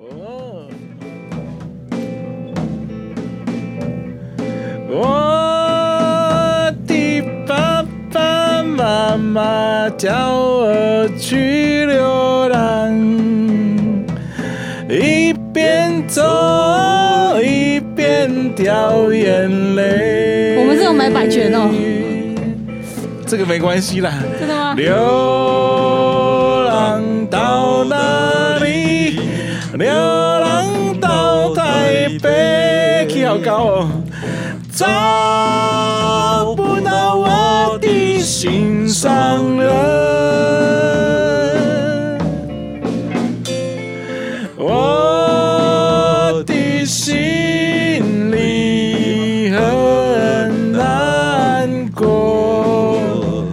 哦马跳河去流浪，一边走一边掉眼泪。我们这种买版权哦，这个没关系啦。真的吗？流浪到哪里？流浪到台北，起好高哦。找不到我的心上人，我的心里很难过。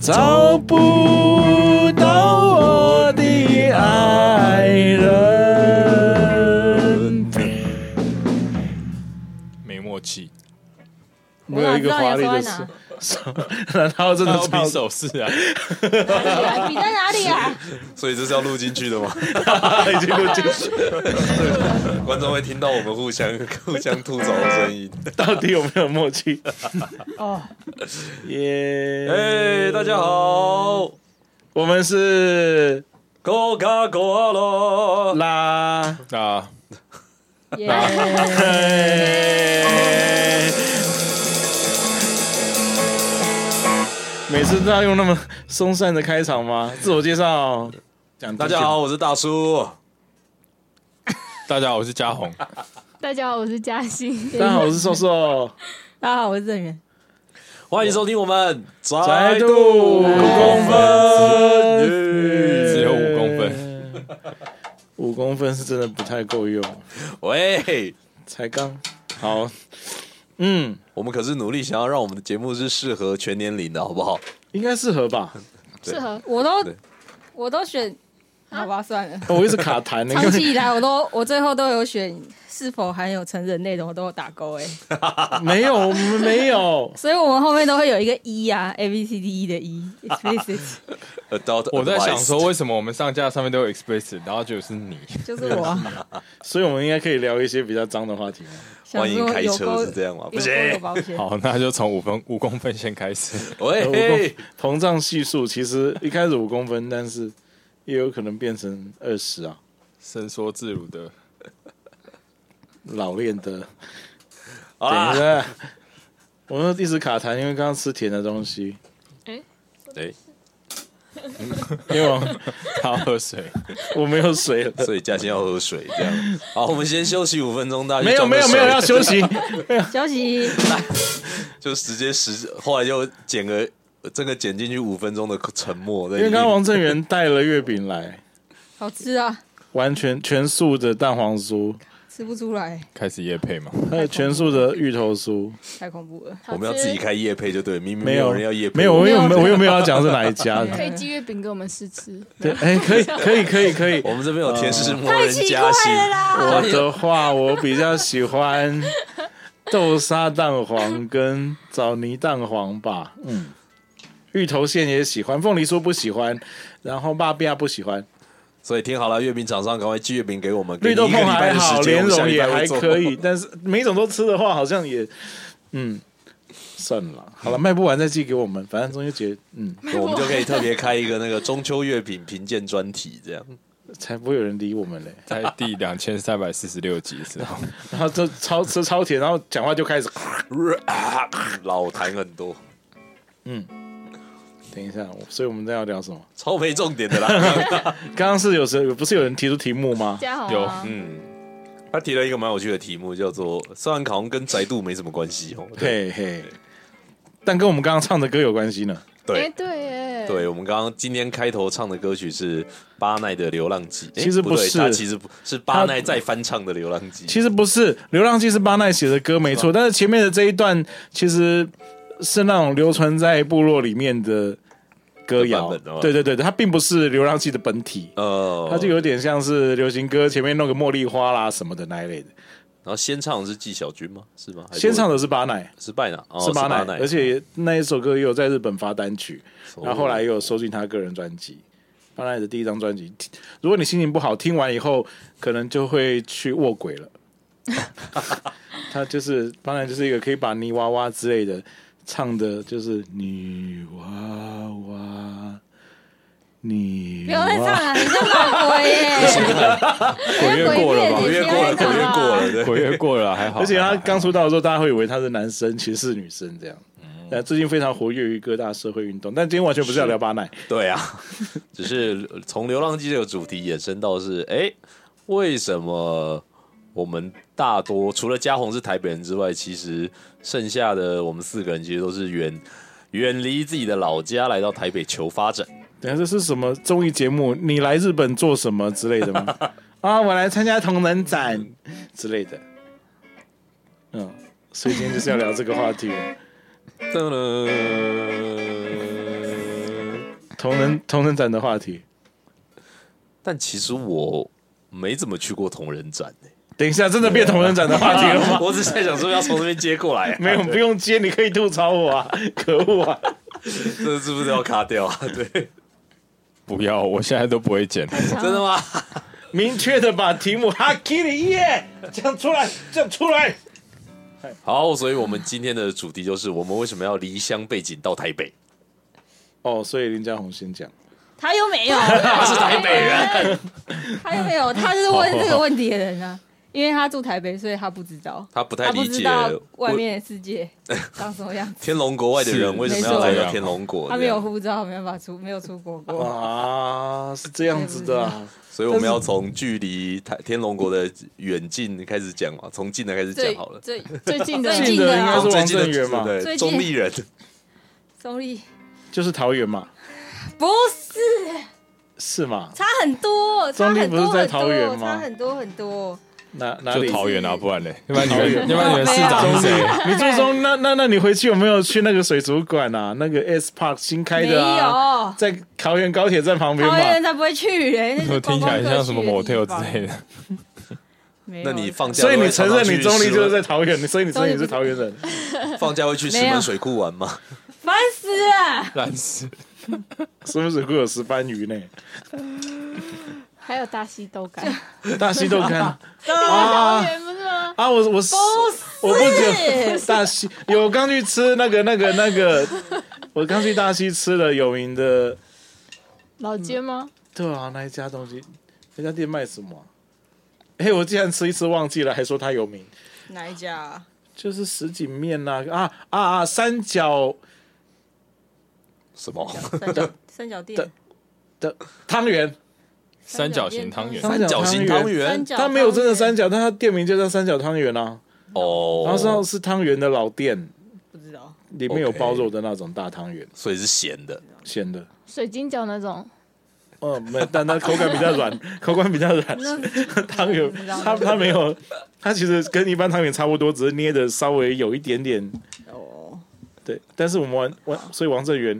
找不到我的爱人。没 默契，我有一个华丽的我哪知道手，手 然后真的那要比超手势啊， 比在哪里啊？ 所以这是要录进去的 吗？已经录进去，观众会听到我们互相互相吐槽的声音。到底有没有默契？哦， 耶！ 哎，大家好我们是，Coca Cola，拉啊， 耶！嘿。 每次都要用那么松散的开场吗？自我介绍，讲大家好，，我是大叔。 大家好，我是嘉宏，大家好，我是嘉欣。大家 好，我是瘦瘦。大家好，我是郑源。欢迎收听我们再宅度度五五公只分。有五公分，五公分是真的不太够用，喂，才刚好。嗯，我们可是努力想要让我们的节目是适合全年龄的，好不好？应该适合吧？对适合我都对我都选，好吧，算 了。哦我一直卡痰，那长个期以来，我都我最后都有选是否含有成人内容，我都有打勾哎、没有，我们没有。所以我们后面都会有一个一、啊，A B C D E 的一、e, explicit ，adult 我在想 advice 说，为什么我们上架上面都有 explicit，然后就是你，就是我、 啊。所以我们应该可以聊一些比较脏的话题吗。欢迎想说开有车勾是这样吗？不有行勾，有保险， 好，那就从五分五公分先开始， 呃五喂，公膨胀系数其实一开始五公分，但是也有可能变成二十啊。伸缩自如的，老练的，好等一啦，下，我们一直卡痰，因为刚刚吃甜的东西。对，因为我他喝水，我没有水 了。所以嘉欣要喝水，这 样。好，我们先休息五分钟，大家去没有装个没有没有水要休 息，消息就直接十，后来就剪个这个剪进去五分钟的沉默。因因为刚刚王正源带了月饼来，好吃啊，完全全素的蛋黄 酥，吃不出来，开始夜配嘛，还有全素的芋头酥，太恐怖了。我们要自己开夜配就对，明明没有有人要夜配，没有，我又没没有我又没有要讲是哪一 家的。可以寄月饼给我们试吃。对，哎，可以可以可以可以。我们这边有甜食魔人嘉欣，我的话，我比较喜欢豆沙蛋黄跟枣泥蛋黄吧。嗯，芋头馅也喜欢，凤梨酥不喜欢，然后芭比亚不喜欢，所以听好了，月饼厂商赶快寄月饼给我们，绿豆给你一椪个礼拜还的时好，间莲我们下蓉礼也拜还会做可 以，但是每种都吃的话，好像也嗯。算了，好了，卖不完再寄给我们，反正中秋节，嗯，我们就可以特别开一个那个中秋月饼评鉴专题，这样才不会有人理我们嘞。在第两千三百四十六集的 时候，然后就超吃超甜，然后讲话就开始。啊老谈很多，等一下，我所以我们在要聊什么？超没重点的啦。 刚刚是有时候不是有人提出题目吗？嘉有豪啊，嗯，他提了一个蛮有趣的题目，叫做虽然好像跟宅度没什么关系哦，对嘿嘿，但跟我们刚刚唱的歌有关系嗯呢。哎，对。对耶，对，我们刚刚今天开头唱的歌曲是巴奈的《流浪记》诶，其实不不对是他其实不是巴奈在翻唱的《流浪记》。其实不是，《流浪记》是巴奈写的歌，没错。但是前面的这一段其实是那种流传在部落里面的歌谣的版本哦，对对对，它并不是《流浪记》的本体，呃，它就有点像是流行歌前面弄个茉莉花啦什么的那一类的。然后先唱的是纪晓君吗？是吗？还是先唱的是巴奈，是拜纳，哦是巴奈，奈，而且那一首歌也有在日本发单曲，哦然后后来也有收进他个人专辑，巴奈的第一张专辑。听如果你心情不好，听完以后可能就会去卧轨了。他就是巴奈，就是一个可以把泥娃娃之类的唱的就是女娃娃，女不要再唱娃了，你像老鬼耶！鬼月过了吧？鬼月过了，鬼月过了，对， 鬼月过了啊，还好。而且他刚出道的时候，大家会以为他是男生，其实是女生这样。呃，最近非常活跃于各大社会运动，但今天完全不是要聊巴奈，对啊，只是从《流浪记》这个主题衍生到是，哎、为什么我们大多除了嘉宏是台北人之外，其实剩下的我们四个人其实都是远远离自己的老家，来到台北求发展。等一下这是什么综艺节目？你来日本做什么之类的 吗？啊，我来参加同人展之类的。嗯，所以今天就是要聊这个话题， 噔噔同人同人展的话题。但其实我没怎么去过同人展、欸等一下，真的变同人展的话题了吗？我只是在想说要从那边接过来、 没有，不用接，你可以吐槽我 啊！可恶啊！这是不是要卡掉啊？对，不要，我现在都不会剪。真的吗？明确的把题目哈基里耶讲出来，讲出来。好，所以我们今天的主题就是我们为什么要离乡背景到台北？哦，所以林家宏先讲。他又没有，他是台北人， 他又没有，他是问这个问题的人啊，因为他住台北，所以他不知道，他不太他不理解知道外面的世界 长什么样子，天龙国外的人是为什么要来没到错天龙国？啊他没有，护照，没办法出，没有出国哦过。啊，是这样子的、啊。所以我们要从距离台天龙国的远近开始讲嘛，从近的开始讲好了。最最近的最近的应该是王正源嘛最近的对，最近中立人，中立就是桃园嘛，不是是吗？差很多，差中立很不是多在很桃园多，吗差很多很多。哪哪就里？桃园啊，不然嘞，要不然你桃们，园要不然你们市长是谁？你最终那那那你回去有没有去那个水族馆啊？那个 S Park 新开没的啊，有，在桃园高铁站旁边桃园嘛。他不会去人，那是 我听观起来光客像什么去的地 motel 方之类的。没有那你放假所都以会你常承认常去石门，你中立就是在桃园， 你所以你承认你是桃园人。放假会去石门水库玩吗？烦死了， 烂死！是不是会有石斑鱼呢？还有大溪豆干，大溪豆干桃啊园不是吗？啊！我我是我不觉得大溪有我刚去吃那个那个那个，我刚去大溪吃了有名的，老街吗？对啊，那一家东西，那家店卖什么啊、 哎，我竟然吃一次忘记了，还说它有名，哪一家啊？就是什锦面呐啊啊啊！三角什么？三角三角店的，的汤圆，三角形汤圆，三三角形汤圆三角它没有真的汤三圆，角，但它店名就叫三角汤圆啊。哦，然后是是汤圆的老店，不知道。里面有 OK 包肉的那种大汤圆，所以是咸的。咸的。水晶饺那种， 嗯，没，但它口感比较软，口感比较软。汤圆不知道它它没有，它其实跟一般汤圆差不多，只是捏的稍微有一点点。哦，对，但是我们玩玩，所以王正源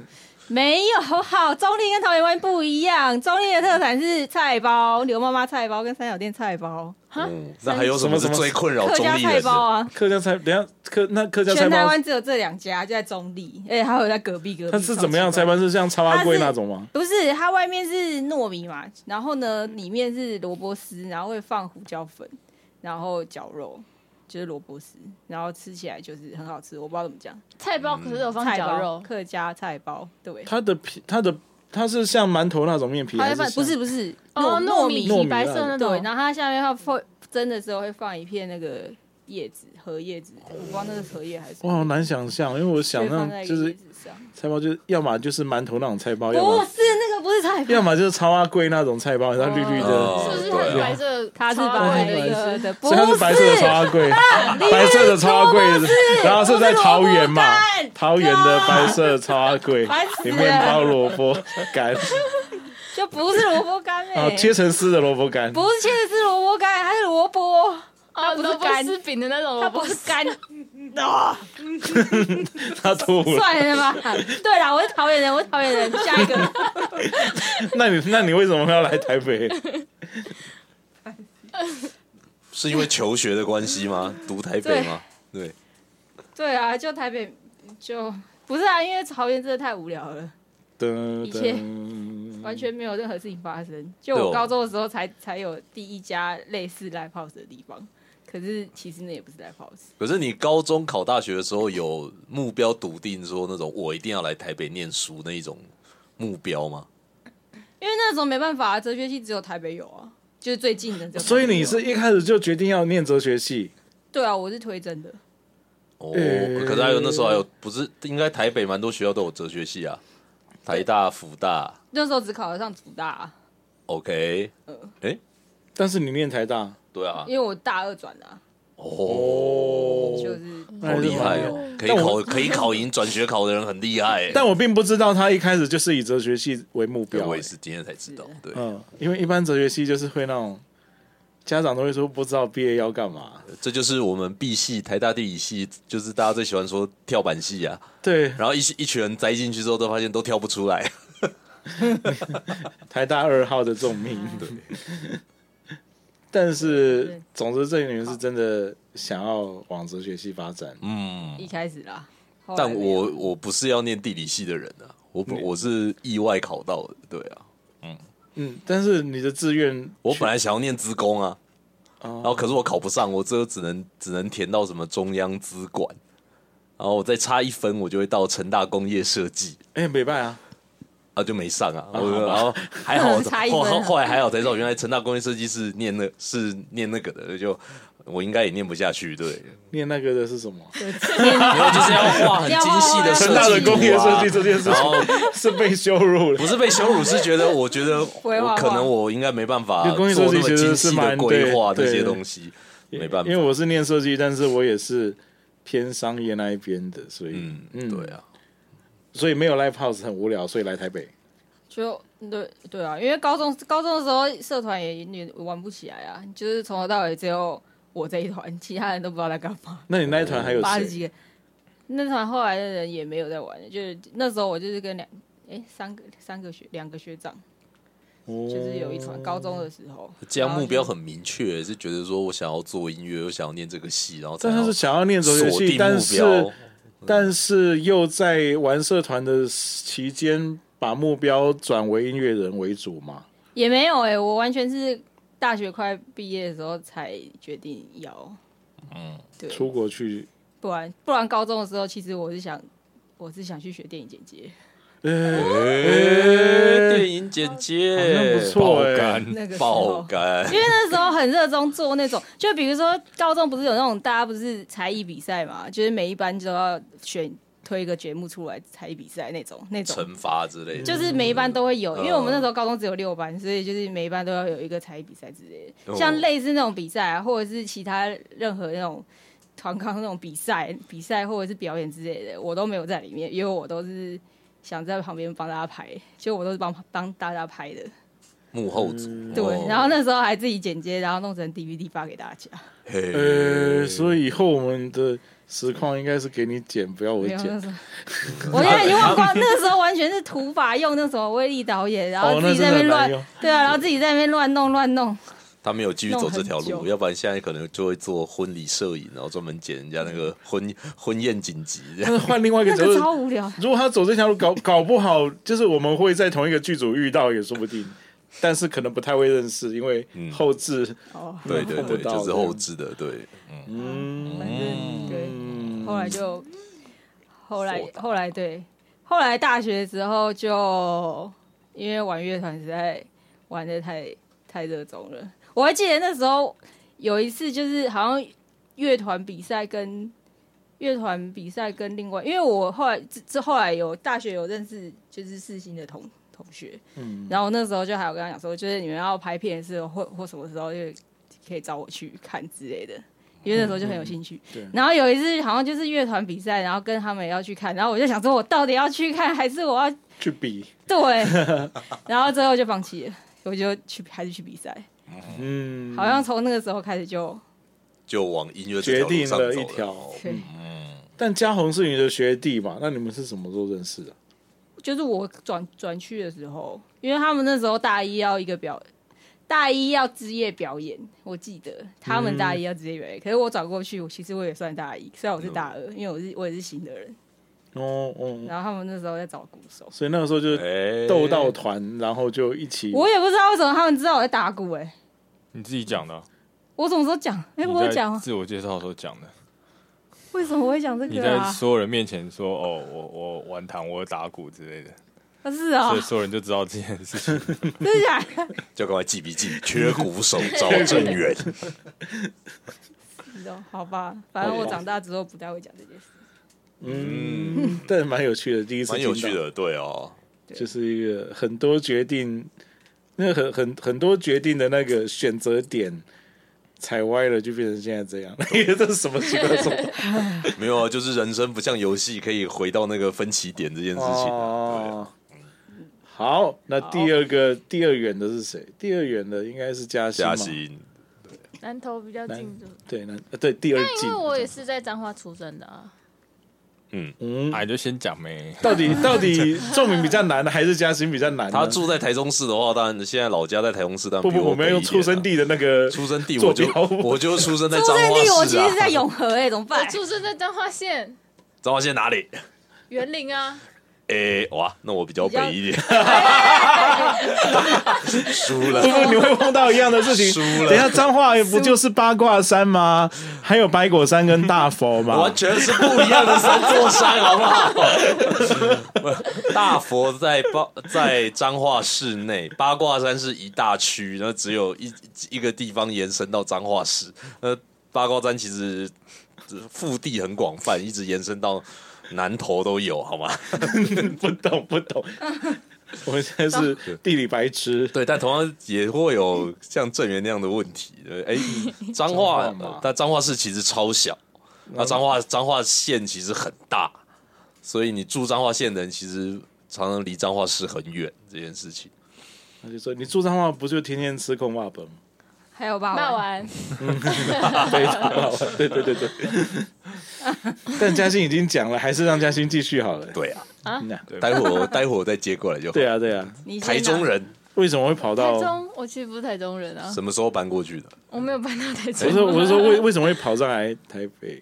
没有，好不好？中立跟桃园湾不一样，中立的特产是菜包，刘妈妈菜包跟三角店菜包，哈，嗯，那还有什么什是么最困扰客中家立人菜的？包啊。客家菜，等一下客那客家菜全台包，湾只有这两家，就在中立，而且还有在隔壁隔壁。它是怎么样超奇菜怪包？是像超阿贵它是那种吗？不是，它外面是糯米嘛，然后呢，里面是萝卜丝，然后会放胡椒粉，然后绞肉，就是萝卜丝，然后吃起来就是很好吃。我不知道怎么讲，菜包可是有放菜绞包肉，客家菜包，对，它的皮，它的它是像馒头那种面皮，还还是放像不是不是哦，糯糯米啊糯米皮白色那对，种，然后它下面会放蒸的时候会放一片那个叶子荷叶子，我不知道那是荷叶还是什我么。好难想象，因为我想会那放在种一就个叶是哎子上，菜包，就是要么就是馒头那种菜包，要不么是那个不是菜包，要么就是超阿贵那种菜包，然后绿绿的哦，是不是对它啊是白色？它是超白贵的的一一个个，哦的，不所以它是白色的超阿贵， 白色的超阿贵，然后是在桃园嘛不是萝卜，干桃园的白色超阿贵烦死，里了面包萝卜干，就不是萝 卜干然后 哎，切成丝的萝卜干，不是切的是萝卜干，它是萝卜，哦，不是萝卜干丝饼的那种它萝不卜是丝，干。啊，他吐了。算了 吧。对啦，我是桃园人，我是桃园人。下一个，那你那你为什么要来台北？是因为求学的关系吗？读台北吗？对，对啊，就台北，就不是啊，因为桃园真的太无聊了，噔一切噔，完全没有任何事情发生。就对我哦高中的时候才才有第一家类似 live house 的地方，可是其实那也不是来泡屎，可是你高中考大学的时候有目标笃定说那种我一定要来台北念书那一种目标吗？因为那时候没办法、啊，哲学系只有台北有啊，就是最近的只有台北有。所以你是一开始就决定要念哲学系，对啊，我是推真的，哦，呃可是还有那时候还有不是应该台北蛮多学校都有哲学系啊，台大、辅大那时候只考得上主大、啊， ，OK，但是你念台大，对啊因，为我大二转的、啊，哦，就是好厉害哦，可以但考可以考赢转学考的人很厉害欸，哎但我并不知道他一开始就是以哲学系为目对标、我也是今天才知道，对，嗯，因为一般哲学系就是会那种家长都会说不知道毕业要干嘛，这就是我们 B 系台大地理系，就是大家最喜欢说跳板系啊，对，然后一一群人栽进去之后，都发现都跳不出来。台大二号的重命。对， 但是总之这一年是真的想要往哲学系发展，嗯，一开始啦。后来但没有，我我不是要念地理系的人啊，我本我是意外考到的，对啊，嗯，但是你的志愿我本来想要念资工啊，然后可是我考不上，我最后只能只能填到什么中央资管，然后我再差一分，我就会到成大工业设计。哎北拜啊，啊，就没上啊，我然后还好 差一分后后后来还好才知道，原来成大工业设计是念那是念那个的，就我应该也念不下去， 对，念那个的是什么？然后就是 要画很精细的设 计、成啊，大的工业设计这件事然后情 是被羞辱了不。是被羞辱，是觉得我觉 得规划我可能我应该没办法就工业设做计那其么实精是细蛮的规划对那对些东西，没办法因为，我是念设计，但是我也是偏商业那一边的，所以嗯，对啊，所以没有 live house 很无聊，所以来台北。 就对对啊，因为高中高中的时候社团也也玩不起来啊，就是从头到尾只有我这一团，其他人都不知道在干嘛。那你那一团还有八十谁？几个，那团后来的人也没有在玩，就是那时候我就是跟两哎三个三个学两个学长，哦就是有一团高中的时候，这样然后目就标很明确，是觉得说我想要做音乐，我想要念这个戏，然后才但他要是想要念哲学锁系，定但目是标。嗯但是又在玩社团的期间，把目标转为音乐人为主嘛。也没有哎、我完全是大学快毕业的时候才决定要，嗯，对，出国去，不然不然高中的时候其实我是想我是想去学电影剪接，呃，哎诶电影简好像介不错爆欸肝，那个时爆候。肝，因为那时候很热衷做那种，就比如说高中不是有那种大家不是才艺比赛嘛，就是每一班都要选推一个节目出来才艺比赛那种那种，惩罚之嗯类的，就是每一班都会有，因为嗯我们那时候高中只有六班，所以就是每一班都要有一个才艺比赛之类的，哦像类似那种比赛啊，或者是其他任何那种团康那种比赛、比赛或者是表演之类的，我都没有在里面，因为我都是想在旁边帮大家拍，就我都是帮帮大家拍的，幕后组。嗯对，哦然后那时候还自己剪接，然后弄成 DVD 发给大家，嘿呃，所以以后我们的实况应该是给你剪，不要我没有那剪。时候。我现在已经 忘光，那时候完全是土法用那什么威力导演，然后哦，自那己真在的那很难边乱，用。哎对啊，然后自己在那边乱弄乱弄。他没有继续走这条弄很路，久要不然现在可能就会做婚礼摄影，然后专门剪人家那个婚婚宴紧急这但样。是换另外一个那角个度，超无聊，如果他走这条路，搞搞不好就是我们会在同一个剧组遇到，也说不定。但是可能不太会认识，因为嗯后置，哦，对对对，碰不到就是后置的，对，嗯，反正对，嗯后来就后来豁达后来对，后来大学的时候就因为玩乐团实在玩的太太热衷了，我还记得那时候有一次就是好像乐团比赛跟乐团比赛跟另外，因为我后来这这后来有大学有认识就是世新的同同学，嗯，然后那时候就还有跟他讲说，就是你们要拍片的时候或或什么时候就可以找我去看之类的，因为那时候就很有兴趣。对然后有一次好像就是乐团比赛，然后跟他们也要去看，然后我就想说我到底要去看还是我要去比， 对，然后最后就放弃了，我就去还是去比赛，嗯，好像从那个时候开始嗯就就往音乐这决条路定上走了一条。嗯对。但嘉宏是你的学弟嘛？那你们是什么时候认识的？就是我转转去的时候，因为他们那时候大一要一个表，大一要职业表演，我记得他们嗯大一要职业表演，可是我转过去，我其实我也算大一，虽然我是大二，因为我是我也是新的人。哦哦，嗯然后他们那时候在找鼓手，所以那个时候就是哎，斗到团，然后就一起。我也不知道为什么他们知道我在打鼓、欸，哎，你自己讲的啊，我什么时候讲？哎、你我有在讲，自我介绍的时候讲的，为什么我会 讲这你个在啊？所有人面前说哦，我我玩糖，我有打鼓之类的，啊是啊所以，所有人就知道这件事情。真的假的？就赶快记笔记，缺 鼓手找郑源。是哦好吧，反正我长大之后不太会讲这件事。嗯，但蛮有趣的，第一次蛮听到有趣，的，对哦，就是一个很多决定，那很很很多决定的那个选择点踩歪了，就变成现在这样。这是什么奇怪的状况？没有啊，就是人生不像游戏，可以回到那个分歧点这件事情啊。哦，好，那第二个第二远的是谁？第二远的应该是嘉对欣嘛嘉。欣，南投比较近南是不是对，那呃对第二但季因为，我也是在彰化出生的啊，嗯，哎，就先讲没，到底到底 仲明比较难，还是嘉欣比较难呢？他住在台中市的话，当然现在老家在台中市，但不不，我们要用出生，地的那个啊出生地坐我就标我就出生在出彰生地我化其市实是在啊，永和 哎、怎么办我？出生在彰化县彰化县哪里？园林啊，哎，哇，那我比较北 一点，输了会。不会你会碰到一样的事情？ 输了等一下，彰化不就是八卦山吗？还有白果山跟大佛 吗完？全是不一样的三座山，好不好？ 大佛在八在彰化市内，八卦山是一大区，然后只有一一个地方延伸到彰化市。那八卦山其实腹地很广泛，一直延伸到南投都有，好吗？不懂不懂， 我们现在是地理白痴。对，但同样也会有像郑源那样的问题。呃哎、彰化彰化嘛，但彰化市其实超小，那彰化彰化县其实很大，所以你住彰化县的人其实常常离彰化市很远这件事情。他就说：“你住彰化不就天天吃空袜本 吗还有吧，骂完？”非常好，对对 对对。但嘉欣已经讲了，还是让嘉欣继续好了。对啊，嗯啊 待会儿待会儿再接过来就好。对啊对啊，你先台中拿人为什么会跑台到？中，我其实不是台中人啊，什么时候搬过去的？我没有搬到台中 我。说我是说为为什么会跑上来台北？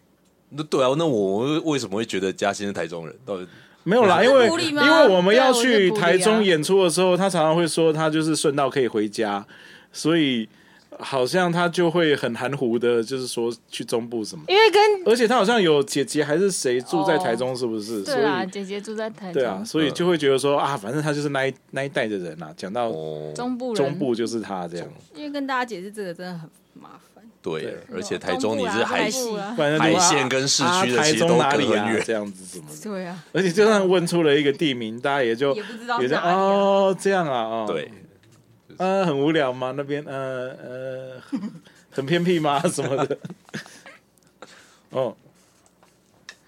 那对啊，那我为什么会觉得嘉欣是台中人？到底没有啦，因为不是因鼓励吗为我们要去对我是鼓励啊台中演出的时候，他常常会说他就是顺道可以回家，所以好像他就会很含糊的，就是说去中部什么。因为跟而且他好像有姐姐还是谁住在台中，是不是？所对啊，以姐姐住在台对嗯啊，中，所以就会觉得说啊，反正他就是那一那一代的人啊。讲到哦，中部人，中部就是他这样，因为跟大家解释这个真的很麻烦，对对，而且啊台中你是啦海中部啦不然就海说啊线跟市区啊的台其实都中隔哪很里啊远，这样子什么的。对 啊，而且就算问出了一个地名，大家也就也不知道也就哪里啊哦这样啊哦对。呃，很无聊吗？那边呃呃，很偏僻吗？什么的。哦，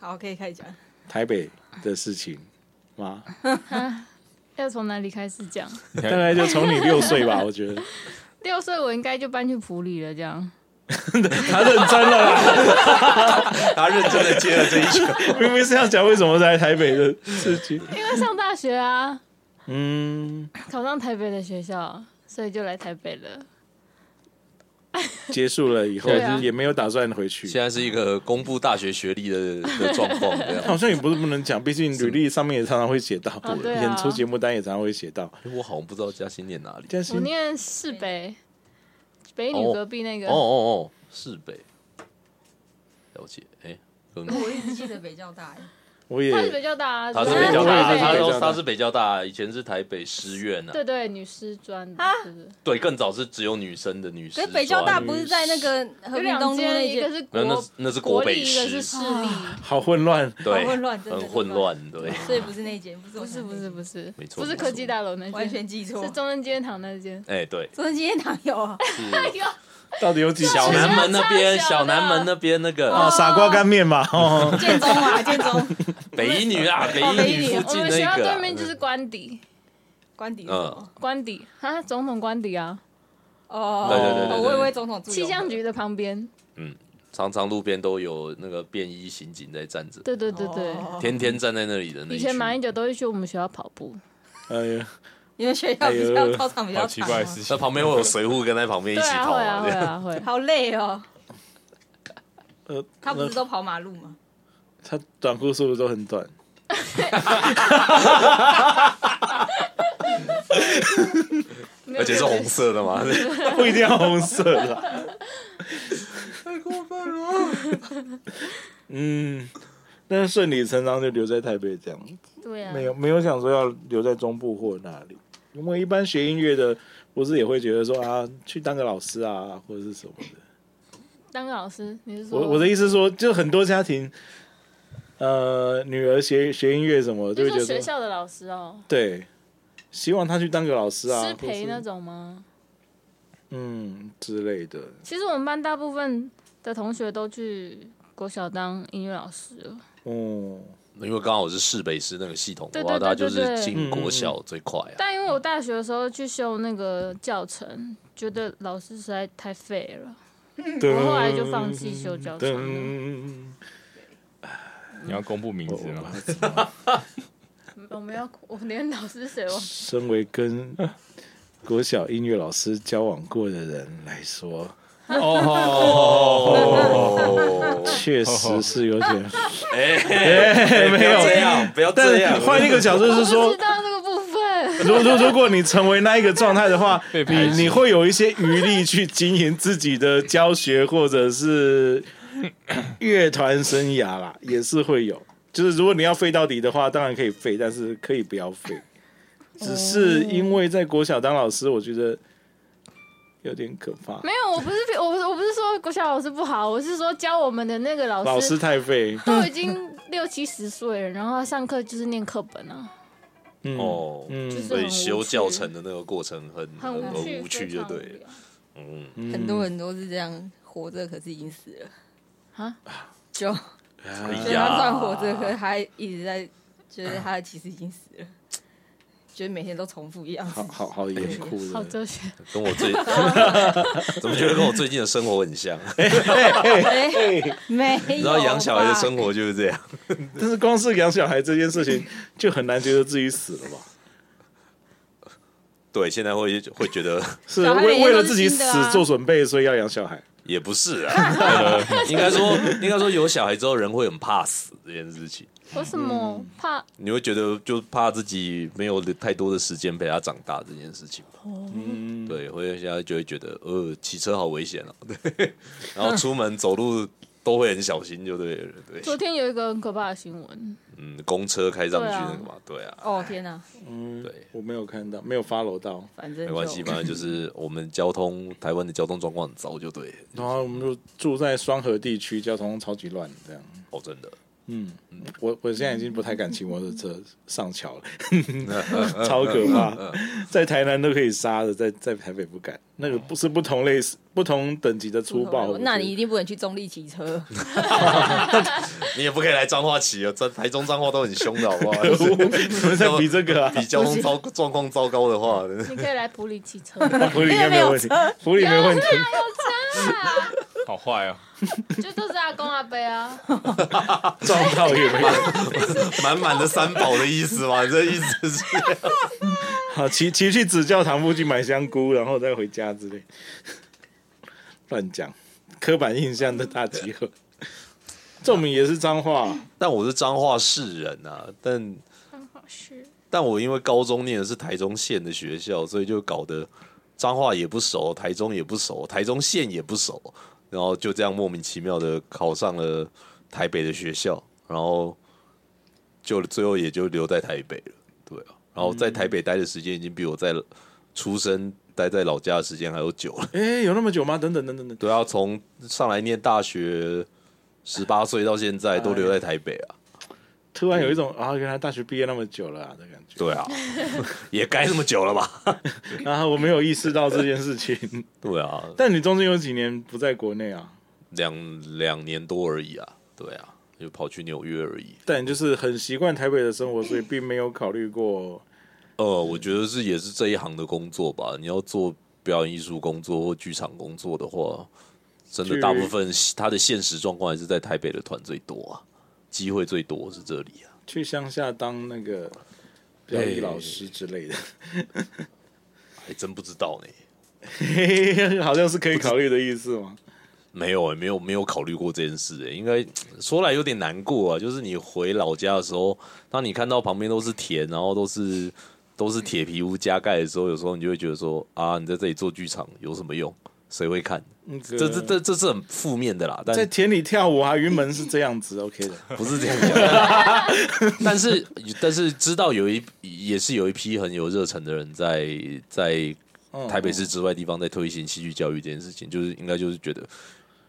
好，可以开始 讲。台北的事情吗？要从哪里开始讲？你大看概就从你六岁吧，我觉得。六岁我应该就搬去普里了，这样。他认真了啦，他认真的接了这一球。明明是要讲为什么在台北的事情。因为上大学啊，嗯，考上台北的学校，所以就来台北了。结束了以后对啊也没有打算回去。现在是一个公布大学学历的的状况，这好样。像也不是不能讲，毕竟履历上面也常常会写到，哦对啊演出节目单也常常会写到。哎我好像不知道嘉欣念哪里。但是我念市北，北女隔壁那个。哦哦哦，市北，了解。哎，跟我一直记得北交欸大，我也她是北交大、啊，他是只北交我大，也啊是他北交说大他是北交大，以前是台北师院啊。对对，女师专的，是不是？对，更早是只有女生的女可师是专。北交大不是在那个和有平东两路那间，一个间，啊是那那国是那是国北立，一个是师，市立。好混乱。对，好混乱真的很混乱，对，所以不是那间，不是我不是想不的那是间，不是，没错不是没错科技大楼那完间，全记错是。中正纪念堂那间。哎对，中正纪念堂有 啊，是到底有几小南门那边，小小的南门那边那哦，个傻瓜干面嘛，哦，建中啊，建中北一女啊，北哦北一一女女附我近们学校那对面就个啊是官邸，官邸是什嗯么官邸啊，总统官邸啊，哦，对对对对对我以为总统住气永和象局的旁边。常常路边都有那个便衣刑警在站着。对对对对，哦天天站在那里的那以一前马英群。九都会去我们学校跑步，哎呀，你们学校比哎较呦操场比较好奇长怪的吗，事情那，旁边会有随扈跟在旁边一对起啊，跑会啊这会样 啊会。好累哦。呃，他不那是都跑马路吗？他短裤是不是都很短？没有而且是红色的嘛，不一定要红色的，嗯，但是顺理成章就留在台北这样，对啊，没有没有想说要留在中部或哪里，因为一般学音乐的不是也会觉得说啊，去当个老师啊，或者是什么的。当个老师，你是说我我的意意思是说，就很多家庭，呃，女儿学学音乐什么，就就会觉是说学得说校的老师哦，对，希望她去当个老师啊，师或培是那种吗？嗯之类的。其实我们班大部分的同学都去国小当音乐老师了，嗯，因为刚好是市北师那个系统的对话，对对它就是对对进嗯国小最快啊。但因为我大学的时候去修那个教程，觉得老师实在太废了，对。我后来就放弃修教程了。嗯，你要公布名字吗？我们要，我连老师是谁我身为跟国小音乐老师交往过的人来说，哦，确实是有点。哎，没有这样，不要但这样。是换一个角度是不说知，道这个部分。 如如如果你成为那一个状态的话， 被你排挤你会有一些余力去经营自己的教学或者 是乐团生涯啦，也是会有。就是如果你要废到底的话，当然可以废，但是可以不要废。只是因为在国小当老师，我觉得有点可怕。没有，我不是我不是我不是说国小老师不好，我是说教我们的那个老师老师太废，都已经六七十岁了，然后他上课就是念课本啊，嗯，哦，嗯所以修教程的那个过程很很很无趣，无趣，就对了。嗯，很多人都是这样活着，可是已经死了啊，就哎所以他算活着，可是他一直在觉得他其实已经死了，觉得每天都重复一样事好 情。好好严酷好的，哲学。跟我 最怎么觉得跟我最近的生活很像？哎 没有，你知道养小孩的生活就是这样，但是光是养小孩这件事情，就很难觉得自己死了吧？对，现在会会觉得是小孩每为天为了都是自己新的死啊做准备，所以要养小孩。也不是 啊，应该说应该说有小孩之后人会很怕死这件事情，为什么怕？你会觉得就怕自己没有太多的时间陪他长大这件事情吧。嗯，对，会现在就会觉得呃骑车好危 险哦、对，然后出门走路都会很小心，就对了，昨对，天有一个很可怕的新闻，嗯，公车开上去那个嘛，对啊，哦天哪，对。我没有看到，没有 follow 到。反正没关系，就反正就是我们交通，台湾的交通状况很糟，就对了。然后我们就住在双河地区，交通超级乱，这样。哦，真的，嗯，我我现在已经不太敢骑摩托车上桥 了，超可怕。在台南都可以杀的，在在台北不敢。那个不是不同类似、不同等级的粗暴。那你一定不能去中立骑车，你也不可以来彰化骑啊，在台中彰化都很凶的，好不 好？我我们在 比这个啊，比交通糟状况糟糕的 话，真的你可以来普里骑车，普里应该没有问题，普里没问题。好坏哦， 就都是阿公阿伯啊， 撞到也没有。满满的三宝的意思嘛，这意思是好，骑骑去紫教堂附近买香菇，然后再回家之类。 乱讲，刻板印象的大集合。仲明也是脏话，啊但我是彰化市人啊，但很好吃。但我因为高中念的是台中县的学校，所以就搞得彰化也不熟，台中也不熟，台中县也不熟，然后就这样莫名其妙的考上了台北的学校，然后就最后也就留在台北了，对啊，然后在台北待的时间已经比我在出生待在老家的时间还要久了。哎、有那么久吗？等等等等等，对啊，从上来念大学十八岁到现在都留在台北啊。突然有一种啊，原来大学毕业那么久了啊的感觉。 对啊，也该这么久了吧？然后我没有意识到这件事情， 对啊，但你中间有几年不在国内啊？两两年多而已啊。对啊，就跑去纽约而已。但你就是很习惯台北的生活，所以并没有考虑过。呃，我觉得是也是这一行的工作吧。你要做表演艺术工作或剧场工作的话，真的去大部分他的现实状况还是在台北的团最多啊，机会最多是这里啊。去乡下当那个表演老师之类的， 还哎真不知道呢，嘿嘿嘿好像是可以考虑的意思吗？没有、欸，没有，没有考虑过这件事、欸。应该说来有点难过啊，就是你回老家的时候，当你看到旁边都是田，然后都是都是铁皮屋加盖的时候，有时候你就会觉得说啊，你在这里做剧场有什么用？谁会看？那个这这这这是很负面的啦，但在田里跳舞啊，云门是这样子，OK 的。不是这样讲。但是但是知道有一也是有一批很有热忱的人在在嗯台北市之外地方在推行戏剧教育这件事情，就是应该就是觉得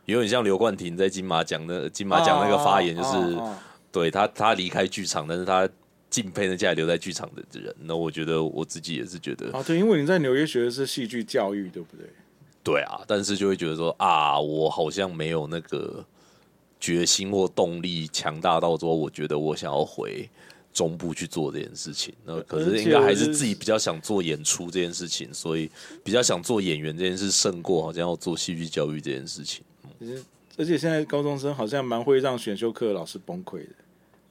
有点像刘冠廷在金马奖的金马奖那个发言，就是、哦对他他离开剧场，但是他敬佩那些还留在剧场的人。那我觉得我自己也是觉得，哦哦哦对，因为你在纽约学的是戏剧教育，对不对？对啊，但是就会觉得说啊，我好像没有那个决心或动力强大到说，我觉得我想要回中部去做这件事情。那可呃而是且应该还就是是自己比较想做演出这件事情，所以比较想做演员这件事胜过好像要做戏剧教育这件事情。而且现在高中生好像蛮会让选修课老师崩溃的，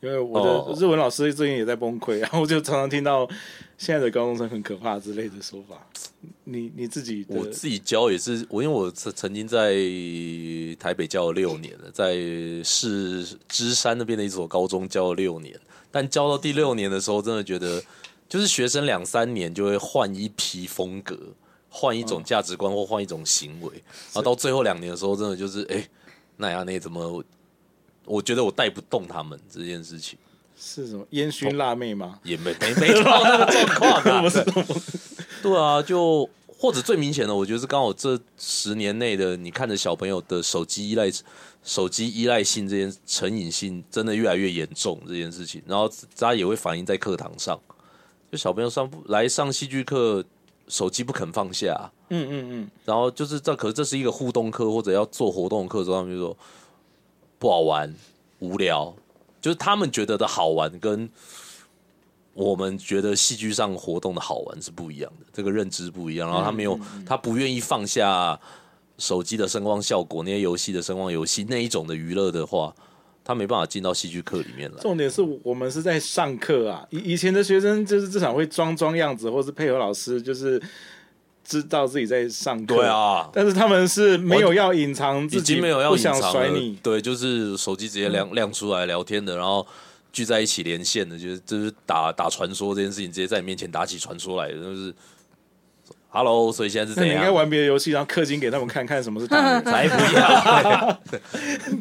因为我哦的日文老师最近也在崩溃，然后我就常常听到现在的高中生很可怕之类的说法。你你自己的我自己教也是，我因为我曾曾经在台北教了六年了，在市芝山那边的一所高中教了六年，但教到第六年的时候，真的觉得就是学生两三年就会换一批风格，换一种价值观或换一种行为，然后到最后两年的时候，真的就是哎，那亚内怎么？我觉得我带不动他们这件事情，是什么烟熏辣妹吗？也没没没到那个状况 啊，不是，对啊，就或者最明显的，我觉得是刚好这十年内的，你看着小朋友的手机依赖、手机依赖性这件成瘾性，真的越来越严重这件事情，然后大家也会反映在课堂上，就小朋友上不来上戏剧课，手机不肯放下，啊嗯嗯嗯，然后就是这，可是这是一个互动课或者要做活动课的时候，他们就说不好玩、无聊，就是他们觉得的好玩跟我们觉得戏剧上活动的好玩是不一样的，这个认知不一样。然后他没有，他不愿意放下手机的声光效果，那些游戏的声光游戏那一种的娱乐的话，他没办法进到戏剧课里面来。重点是我们是在上课啊，以以前的学生就是至少会装装样子，或是配合老师，就是知道自己在上课。对，啊，但是他们是没有要隐藏自已己，经没有要不隐想藏甩了你。嗯对，就是手机直接亮、亮出来聊天的，然后聚在一起连线的，就是就是打打传说这件事情，直接在你面前打起传说来的，就是 Hello，所以现在是那怎你应该样？玩别的游戏，然后氪金给他们看看什么是大 人。才不要，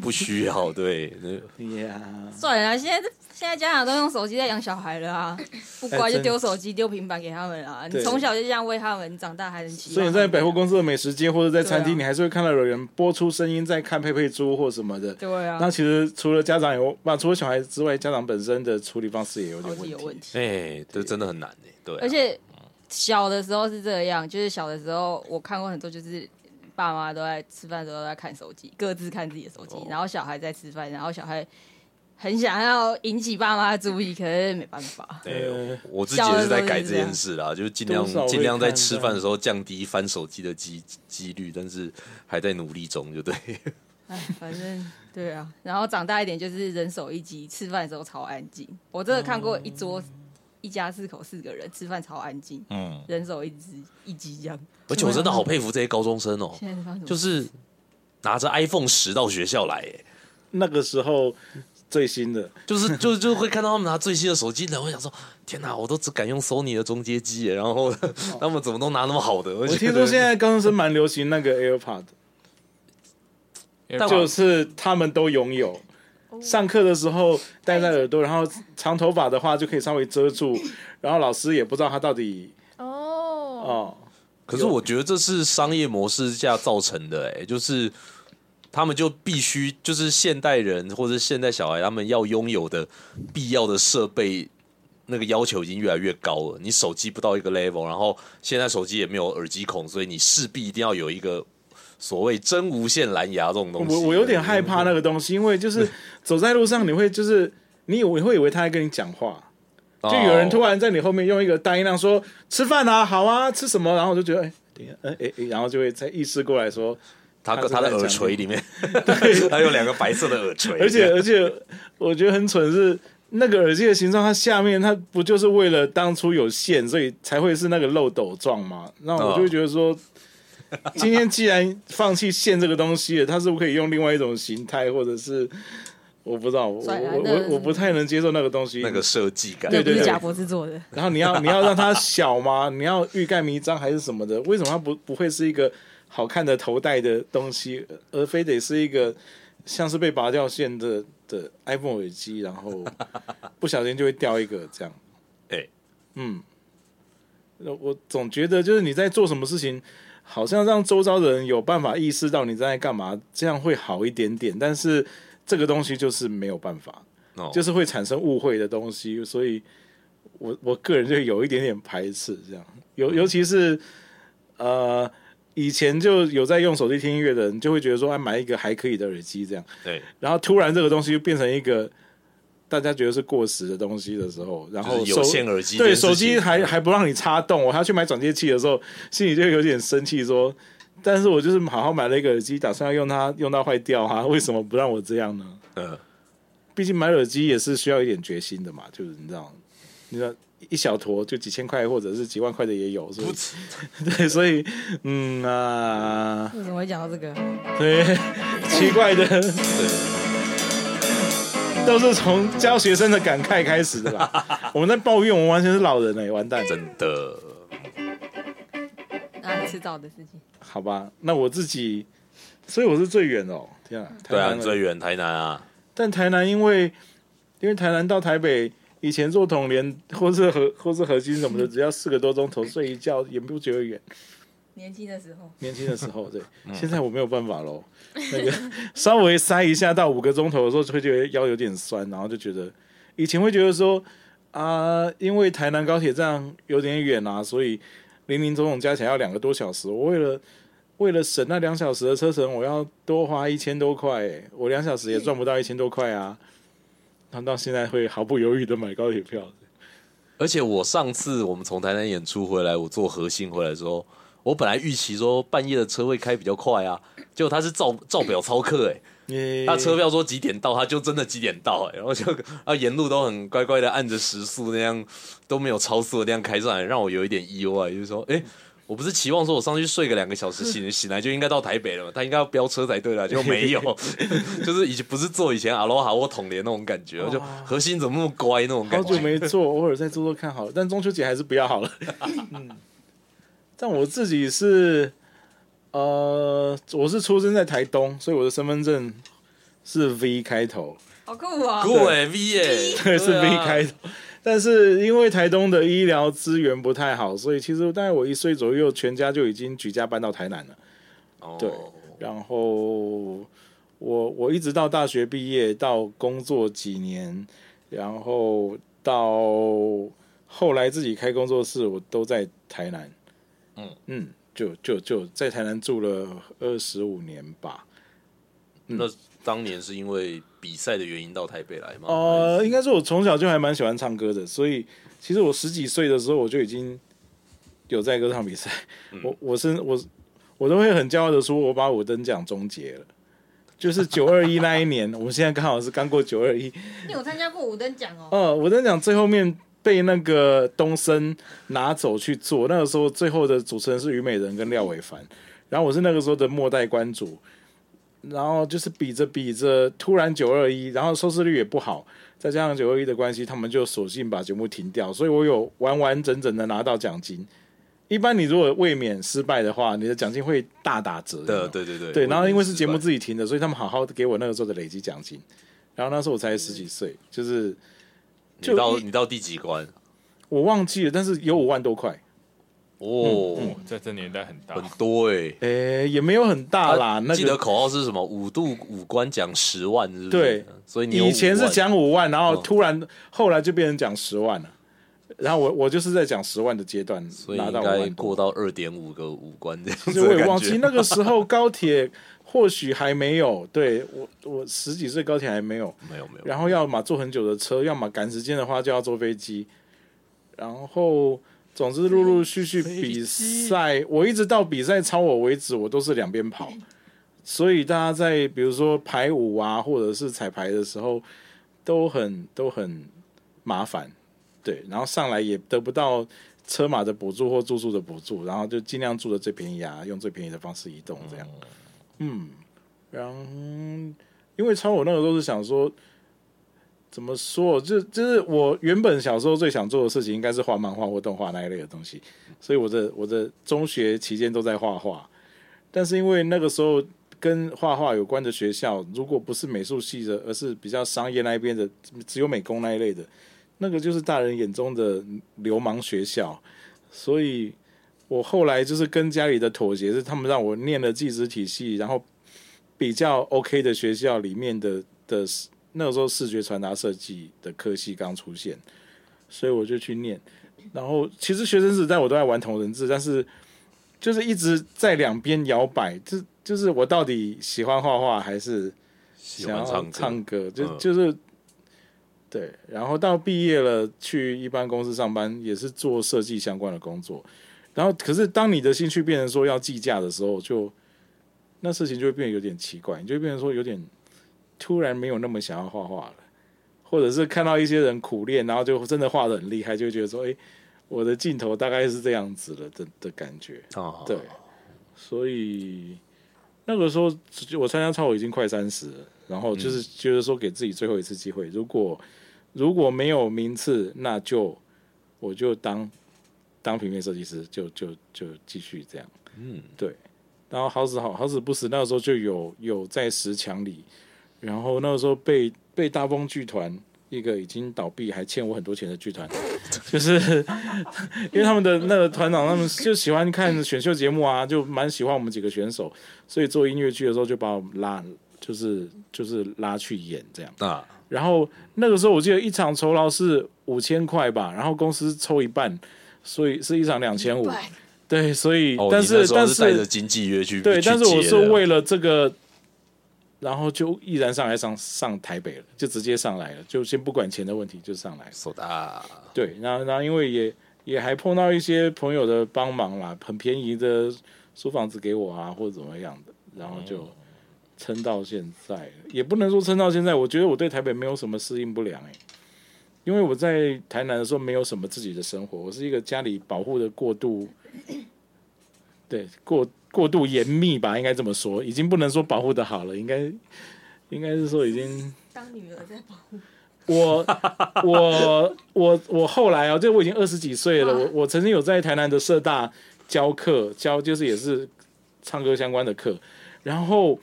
不需要，对，呀，算了啦，啊现在现在家长都用手机在养小孩 了啊，不哎乖真就丢手机、丢平板给他们啊。你对从小就这样喂他们，你长大还能骑。哎所以你在百货司，公司的美食街或者在餐厅，对啊你还是会看到有人播出声音在看佩佩猪或什么的。对啊，那其实除了家长有，那除了小孩之外，家长本身的处理方式也有手点机哦有问问题。题。哎、这真的很难哎、对啊、而且小的时候是这样，就是小的时候我看过很多，就是爸妈都在吃饭的时候都在看手机，各自看自己的手机，哦然后小孩在吃饭，然后小孩很想要引起爸妈的注意，可是没办法。哎、呃我自己也是在改这件事呃啦，就是尽量多少会尽量在吃饭的时候降低翻手机的机几率，但是还在努力中，就对。哎，反正对啊。然后长大一点就是人手一机，吃饭的时候超安静。我真的看过一桌、一家四口四个人吃饭超安静，嗯，人手一只一机这样。而且我真的好佩服这些高中生哦、现在是发生什么就事是拿着 iPhone 十到学校来，哎那个时候最新的，就是就就会看到他们拿最新的手机，然后我想说，天哪，我都只敢用 Sony 的中阶机欸耶，然后 他们怎么都拿那么好的？我我觉听得说现在高中生蛮流行那个 AirPod，但就我是他们都拥有。上课的时候戴在耳朵，然后长头发的话就可以稍微遮住，然后老师也不知道他到底哦，哦，可是我觉得这是商业模式下造成的、哎，就是他们就必须就是现代人或者现代小孩他们要拥有的必要的设备。那个要求已经越来越高了，你手机不到一个 level，然后现在手机也没有耳机孔，所以你势必一定要有一个所谓真无线蓝牙这种东西。我我有点害怕那个东西，因为就是走在路上，你会就是你以为会以为他在跟你讲话，哦，就有人突然在你后面用一个大音量说吃饭啊，好啊，吃什么？然后我就觉得哎，等一下，哎哎哎，然后就会才意识过来说，他他是他的在耳讲垂你里面， 他有两个白色的耳垂，而且而且我觉得很蠢是。那个耳机的形状，它下面它不就是为了当初有线，所以才会是那个漏斗状吗？那我就会觉得哦说，今天既然放弃线这个东西了，它是不是可以用另外一种形态，或者是我不知道，我算了我那我我不太能接受那个东西。那个设计感，对那不对是对贾博士做的， 然后你要你要让它小吗？你要欲盖弥彰还是什么的？为什么它不不会是一个好看的头戴的东西，而非得是一个像是被拔掉线的的 iPhone 耳机，然后不小心就会掉一个这样。哎嗯，那我总觉得就是你在做什么事情，好像让周遭的人有办法意识到你在干嘛，这样会好一点点。但是这个东西就是没有办法，哦就是会产生误会的东西，所以我我个人就有一点点排斥这样。尤尤其是呃，以前就有在用手机听音乐的人，就会觉得说，哎，买一个还可以的耳机这样。对，然后突然这个东西就变成一个大家觉得是过时的东西的时候，然后就是手有线耳机这对件事情，嗯手机还还不让你插动，我还要去买转接器的时候，心里就有点生气说。但是我就是好好买了一个耳机，打算要用它用到坏掉啊，为什么不让我这样呢？嗯毕竟买耳机也是需要一点决心的嘛，就是你知道，你知道一小坨就几千块或者是几万块的也有，所以 对，所以嗯啊，为什么会讲到这个？ 对，奇怪的，都是从教学生的感慨开始的 啦。我们在抱怨，我们完全是老人哎、完蛋，真的啊，迟早的事情。好吧？那我自己，所以我是最远哦，天啊，台对南啊，了最远台南啊，但台南因为因为台南到台北以前做统联或是核或是核心什么的，只要四个多钟头睡一觉也不觉得远。年轻的时候，年轻的时候，对，现在我没有办法喽。 那个稍微塞一下到五个钟头的时候，就会觉得腰有点酸，然后就觉得以前会觉得说啊、因为台南高铁站有点远啊，所以零零总总加起来要两个多小时。我为了为了省那两小时的车程，我要多花一千多块、欸，我两小时也赚不到一千多块啊。然后到现在会毫不犹豫的买高铁票，而且我上次我们从台南演出回来，我坐核心回来的时候，我本来预期说半夜的车会开比较快啊，结果他是照照表操课哎、耶他车票说几点到，他就真的几点到、哎，然后就啊沿路都很乖乖的按着时速那样都没有超速的那样开上来，让我有一点意外，就是说，哎、我不是期望说我上去睡个两个小时，醒醒来就应该到台北了嘛，他应该要飙车才对啦，就没有， 就是已经不是坐以前阿罗哈或统联那种感觉，就核心怎么那么乖那种好感久觉，没做，偶尔再做做看好了。但中秋节还是不要好了。嗯，但我自己是，呃，我是出生在台东，所以我的身份证是 V 开头，好酷啊！酷哎 V 耶、对， 是 V 啊开头。但是因为台东的医疗资源不太好，所以其实大概我一岁左右，全家就已经举家搬到台南了。哦对然后我我一直到大学毕业，到工作几年，然后到后来自己开工作室，我都在台南。嗯嗯，就就就在台南住了二十五年吧。那当年是因为比赛的原因到台北来吗？呃，应该是我从小就还蛮喜欢唱歌的，所以其实我十几岁的时候我就已经有在歌唱比赛。我我是我我都会很骄傲的说，我把五等奖终结了。就是九二一那一年，我们现在刚好是刚过九二一，你有参加过五等奖哦？呃，我在讲最后面被那个东升拿走去做，那个时候最后的主持人是虞美人跟廖伟凡，然后我是那个时候的末代关主，然后就是比着比着，突然九二一，然后收视率也不好，再加上九二一的关系，他们就索性把节目停掉，所以我有完完整整的拿到奖金。一般你如果卫冕失败的话，你的奖金会大打折有没有对对对对对，然后因为是节目己自己停的，所以他们好好地给我那个时候的累积奖金。然后那时候我才十几岁，就是就你到一你到第几关？我忘记了，但是有五万多块，哦，嗯在这年代很大很，多哎、欸。诶，也没有很大啦。那啊记得个口号是什么？五度五关讲十万，是不是？对，所以你有以前五是万讲五万，然后突然后来就变成讲十万了。然后我我就是在讲十万的阶段所以拿应到五该万多，过到二点五个五关这样其实子。我也忘记，那个时候高铁或许还没有，对我我十几岁高铁还没有， 没有没有，然后要么坐很久的车，要么赶时间的话就要坐飞机，然后总之陆陆续续比赛，我一直到比赛超我为止，我都是两边跑。所以大家在比如说排舞啊，或者是彩排的时候，都很都很麻烦，对，然后上来也得不到车马的补助或住宿的补助，然后就尽量住的最便宜啊，用最便宜的方式移动这样，哦嗯，然后因为超我那个时候是想说，怎么说，就就是我原本小时候最想做的事情应该是画漫画或动画那一类的东西，所以我的我的中学期间都在画画，但是因为那个时候跟画画有关的学校，如果不是美术系的，而是比较商业那一边的，只有美工那一类的，那个就是大人眼中的流氓学校。所以我后来就是跟家里的妥协，是他们让我念了技职体系，然后比较 OK 的学校里面的的那个时候视觉传达设计的科系刚出现，所以我就去念。然后其实学生时代我都在玩同人志，但是就是一直在两边摇摆，就就是我到底喜欢画画还是喜想欢要唱歌，唱歌，就嗯就是对。然后到毕业了，去一般公司上班，也是做设计相关的工作。然后，可是当你的兴趣变成说要计价的时候，就那事情就会变得有点奇怪，你就会变成说有点突然没有那么想要画画了，或者是看到一些人苦练，然后就真的画的很厉害，就会觉得说，哎，我的镜头大概是这样子了的的感觉。啊，对，所以那个时候我参加超我已经快三十了，然后就是嗯觉得说给自己最后一次机会，如果如果没有名次，那就我就当当平面设计师，就就就继续这样。嗯，对。然后好死好好死不死，那个时候就有有在十强里，然后那个时候被被大风剧团一个已经倒闭还欠我很多钱的剧团，就是因为他们的那个团长他们就喜欢看选秀节目啊，就蛮喜欢我们几个选手，所以做音乐剧的时候就把我们拉，就是就是拉去演这样。那然后那个时候我记得一场酬劳是五千块吧，然后公司抽一半，所以是一场两千五。对，所以、哦，但你那时候但是带着经纪约去，对，去但是我接是的为了这个，然后就毅然上来上上台北了，就直接上来了，就先不管钱的问题就上来了。手大，对，然后然后因为也也还碰到一些朋友的帮忙啦，很便宜的租房子给我啊，或者怎么样的，然后就撑到现在，也不能说撑到现在，我觉得我对台北没有什么适应不良哎、因为我在台南的时候没有什么自己的生活，我是一个家里保护的过度，对过过度严密吧，应该这么说，已经不能说保护的好了，应该应该是说已经。当女儿在保我我我我后来啊，这我已经二十几岁了，我我曾经有在台南的社大教课，教就是也是唱歌相关的课，然后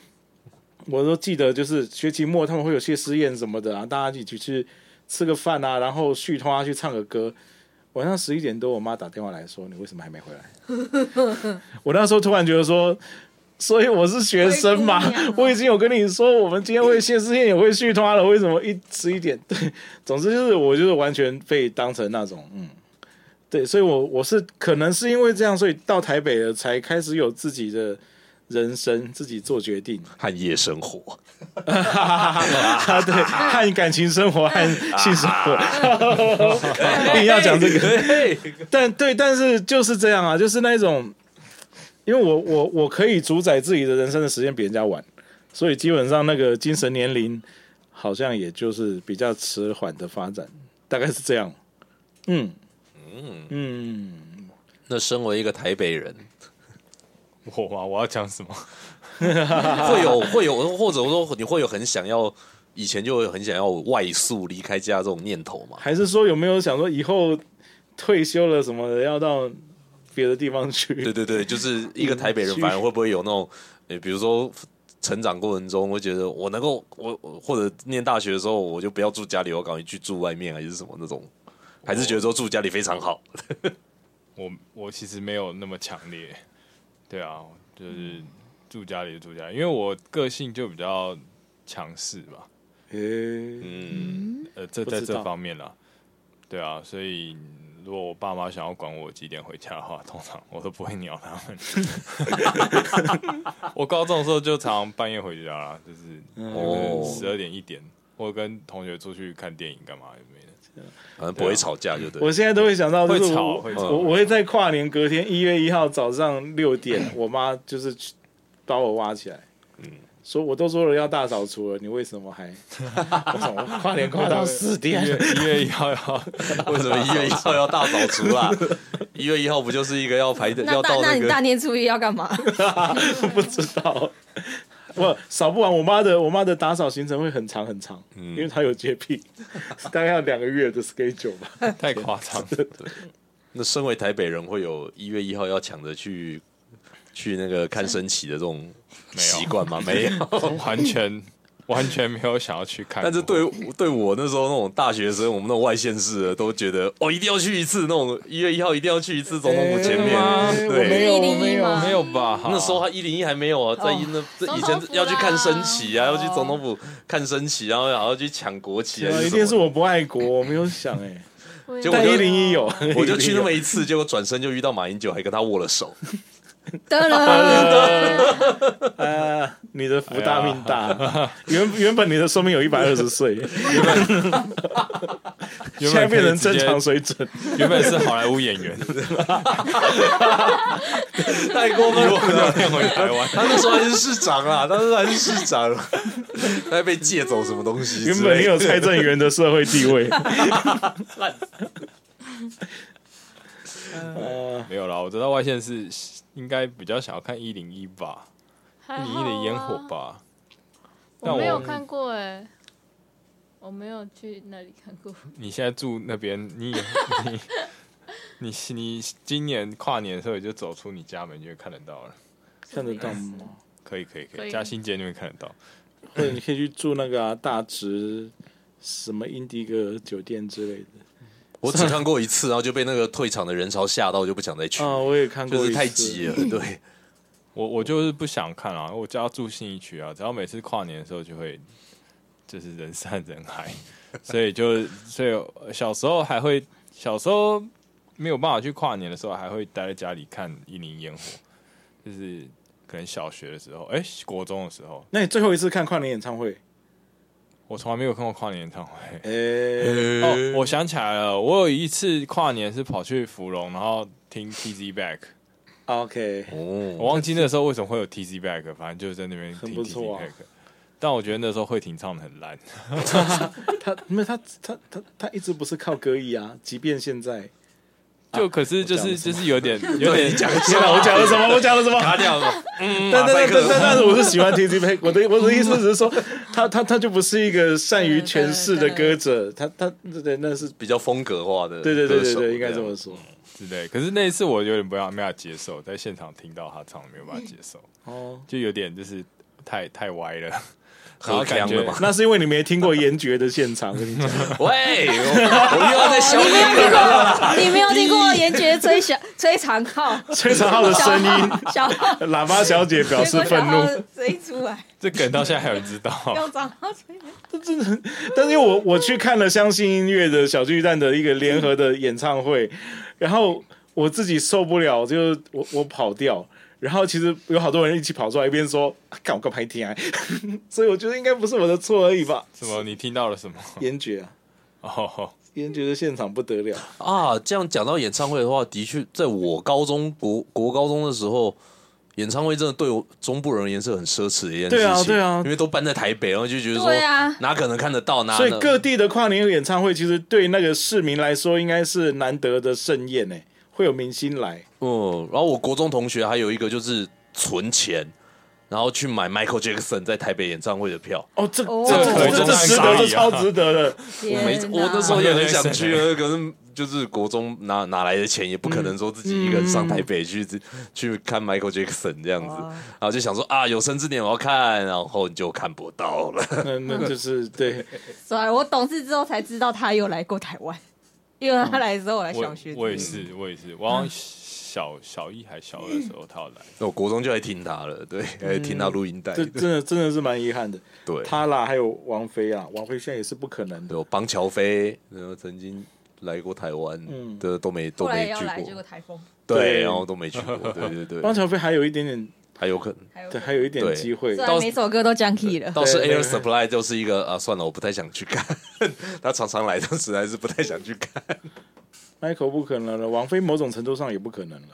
我都记得就是学期末他们会有些实验什么的啊，大家一起去吃个饭啊，然后续通啊去唱个歌。晚上十一点多，我妈打电话来说：“你为什么还没回来？”我那时候突然觉得说，所以我是学生嘛灰姑娘，我已经有跟你说，我们今天会谢师宴也会续通了，为什么一十一点？ 对，总之就是我就是完全被当成那种嗯，对，所以我我是可能是因为这样，所以到台北了才开始有自己的人生，自己做决定。和夜生活， 啊， 对，和感情生活和性生活，啊 一定要讲 这个。嘿但对，但是就是这样啊，就是那一种，因为我我我可以主宰自己的人生的时间比人家晚，所以基本上那个精神年龄好像也就是比较迟缓的发展，大概是这样。嗯嗯那身为一个台北人，我吗？我要讲什么？会有会有，或者说你会有很想要，以前就会很想要外宿离开家这种念头嘛？还是说有没有想说以后退休了什么的要到别的地方去？对对对，就是一个台北嗯人，反而会不会有那种，呃，比如说成长过程中，会觉得我能够我我或者念大学的时候，我就不要住家里，我赶快去住外面，还是什么那种，还是觉得说住家里非常好。哦我我其实没有那么强烈，对啊，就是住家里就住家里，因为我个性就比较强势吧，诶嗯，呃，这不知在道这方面啦，对啊，所以如果我爸妈想要管我几点回家的话，通常我都不会鸟他 们。我高中的时候就常常半夜回家啦，就是哦十二点一点，或者跟同学出去看电影干嘛也没 的。反正不会吵架，就对 啊我了。现在都会想到，会就是吵我会吵我我会在跨年隔天一月一号早上六点，我妈就是去把我挖起来，嗯说我都说了要大扫除了，你为什么还？ 我怎么跨年跨到四点 一？月一月一号要 为什么一月一号要大扫除 啦？一月一号不就是一个要排的，那要大到那那你大个年初一要干嘛？ 不知道，我扫不完。我妈的我妈的打扫行程会很长很长，嗯因为她有洁癖， 大概要两个月的 schedule 吧。太夸张了，那身为台北人，会有一月一号要抢着去去那个看升旗的这种没有习惯吗？没有。完全完全没有想要去看过。但是对对我那时候那种大学生，我们那种外县市的都觉得哦，一定要去一次，那种一月一号一定要去一次总统府前面。哎我没对，有，一我零没一有吗。没有吧？嗯那时候他一零一还没有啊，在哦那这以前总统府啦要去看升旗啊，要去哦总统府看升旗，然后然后去抢国旗啊，啊一定是我不爱国，我没有想哎，我结果但我一就零一有，我就去那么一次，结果转身就遇到马英九，还跟他握了手。得了， 啊，你的福大命大， 原原本你的寿命有一百二十 岁，现原在本可以变成直正接常，水准，原本是好莱坞演 员，啊太过分了！ 变回台湾。他那时候还是市长啊，他那时候还是市长，啊 他还被借走什么东西之类原的？本你有蔡正元的社会地 位，哎呃没有啦，我知道外线是应该比较想要看一零一吧，一还零好一啊的烟火？吧。但我没有我看过哎，我没有去那里看过。你现在住那边，你也你你你今年跨年的时候也就走出你家门，你就看得到了。看得到吗？可以可以可可以，以嘉兴街那边看得到。或者你可以去住那个啊大直什么英迪格酒店之类的。我只看过一次，然后就被那个退场的人潮吓到，就不想再去，啊，我也看过就一次，是太挤了。 对，我我就是不想看啊，我家住信义区啊，只要每次跨年的时候就会，就是人山人海，所以就所以小时候还会，小时候没有办法去跨年的时候，还会待在家里看一零烟火，就是可能小学的时候，哎、国中的时候，那你最后一次看跨年演唱会？我从来没有看过跨年演唱会。诶、哦，我想起来了，我有一次跨年是跑去芙蓉，然后听 TZ Back， o k 哦，我忘记那时候为什么会有 TZ Back，反正就是在那边很听不 TZ 错啊 Back，、但我觉得那时候会停唱的很烂。 他没有他他他他一直不是靠歌艺啊，即便现在。就可是就我是讲就是有点有点 讲天哪，我讲了什么？我讲了什么？卡 掉了。嗯，但马但赛但但克。但是我是喜欢 T T P，我的我的意思只是说，他他他就不是一个善于诠释的歌者，他他对那是比较风格化的歌手，对对对对对，应这该样这么说。之类。可是那一次我有点不要没法接受，在现场听到他唱没有办法接受，哦，就有点就是太太歪了，然合后感腔觉了嘛？那是因为你没听过严爵的现场，我跟你讲。 喂，我我又要 在消音了。你没有听过严爵吹小吹长号，崔长浩的声音，小号喇叭小姐 表示结果愤小号怒。吹出来，这梗到现在还有人 知道。用长号吹出来。但是因为我我去看了相信音乐的小巨蛋的一个联合的演唱会，嗯然后我自己受不了，就是我我跑掉。然后其实有好多人一起跑出来，一边说“啊干、我干嘛听啊”， 所以我觉得应该不是我的错而已吧。什么？你听到了什么？严爵啊，哦，严爵的现场不得了，啊，这样讲到演唱会的话，的确，在我高中国国高中的时候，演唱会真的对我中部人而言是很奢侈的一件事情。对啊对啊因为都搬在台北，然后就觉得说，对啊哪可能看得到？哪所以能各地的跨年演唱会其实对那个市民来说应该是难得的盛宴呢，会有明星来。嗯，然后我国中同学还有一个就是存钱，然后去买 Michael Jackson 在台北演唱会的票。哦，这哦这这这这值得，这超值得的。我 没，天哪我那时候也很想去，可是就是国中哪哪来的钱，也不可能说自己一个人上台北去、去看 Michael Jackson 这样子，然后就想说啊，有生之年我要看，然后你就看不到了。 那 那就是对，算了，我懂事之后才知道他有来过台湾，因为他来的时候我来我小学，嗯我也是，我也是，我好像小小一还小二的时候他有来，那我国中就来听他了，对，还听他录音带，这真的真的是蛮遗憾的。对，他啦，还有王菲啊，王菲现在也是不可能的。对我帮乔飞，然后曾经来过台湾，嗯的都没都后来没也要去来，结果过，台风，对对，然后都没去过，对对汪对，乔菲还有一点点，还有可能。还有对，还有一点对机会虽。到然每首歌都 junkie 了，倒是对对 Air Supply 就是一个啊，算了，我不太想去看。 他常常来，但实在是不太想去看。 Michael 不可能了，王菲某种程度上也不可能了，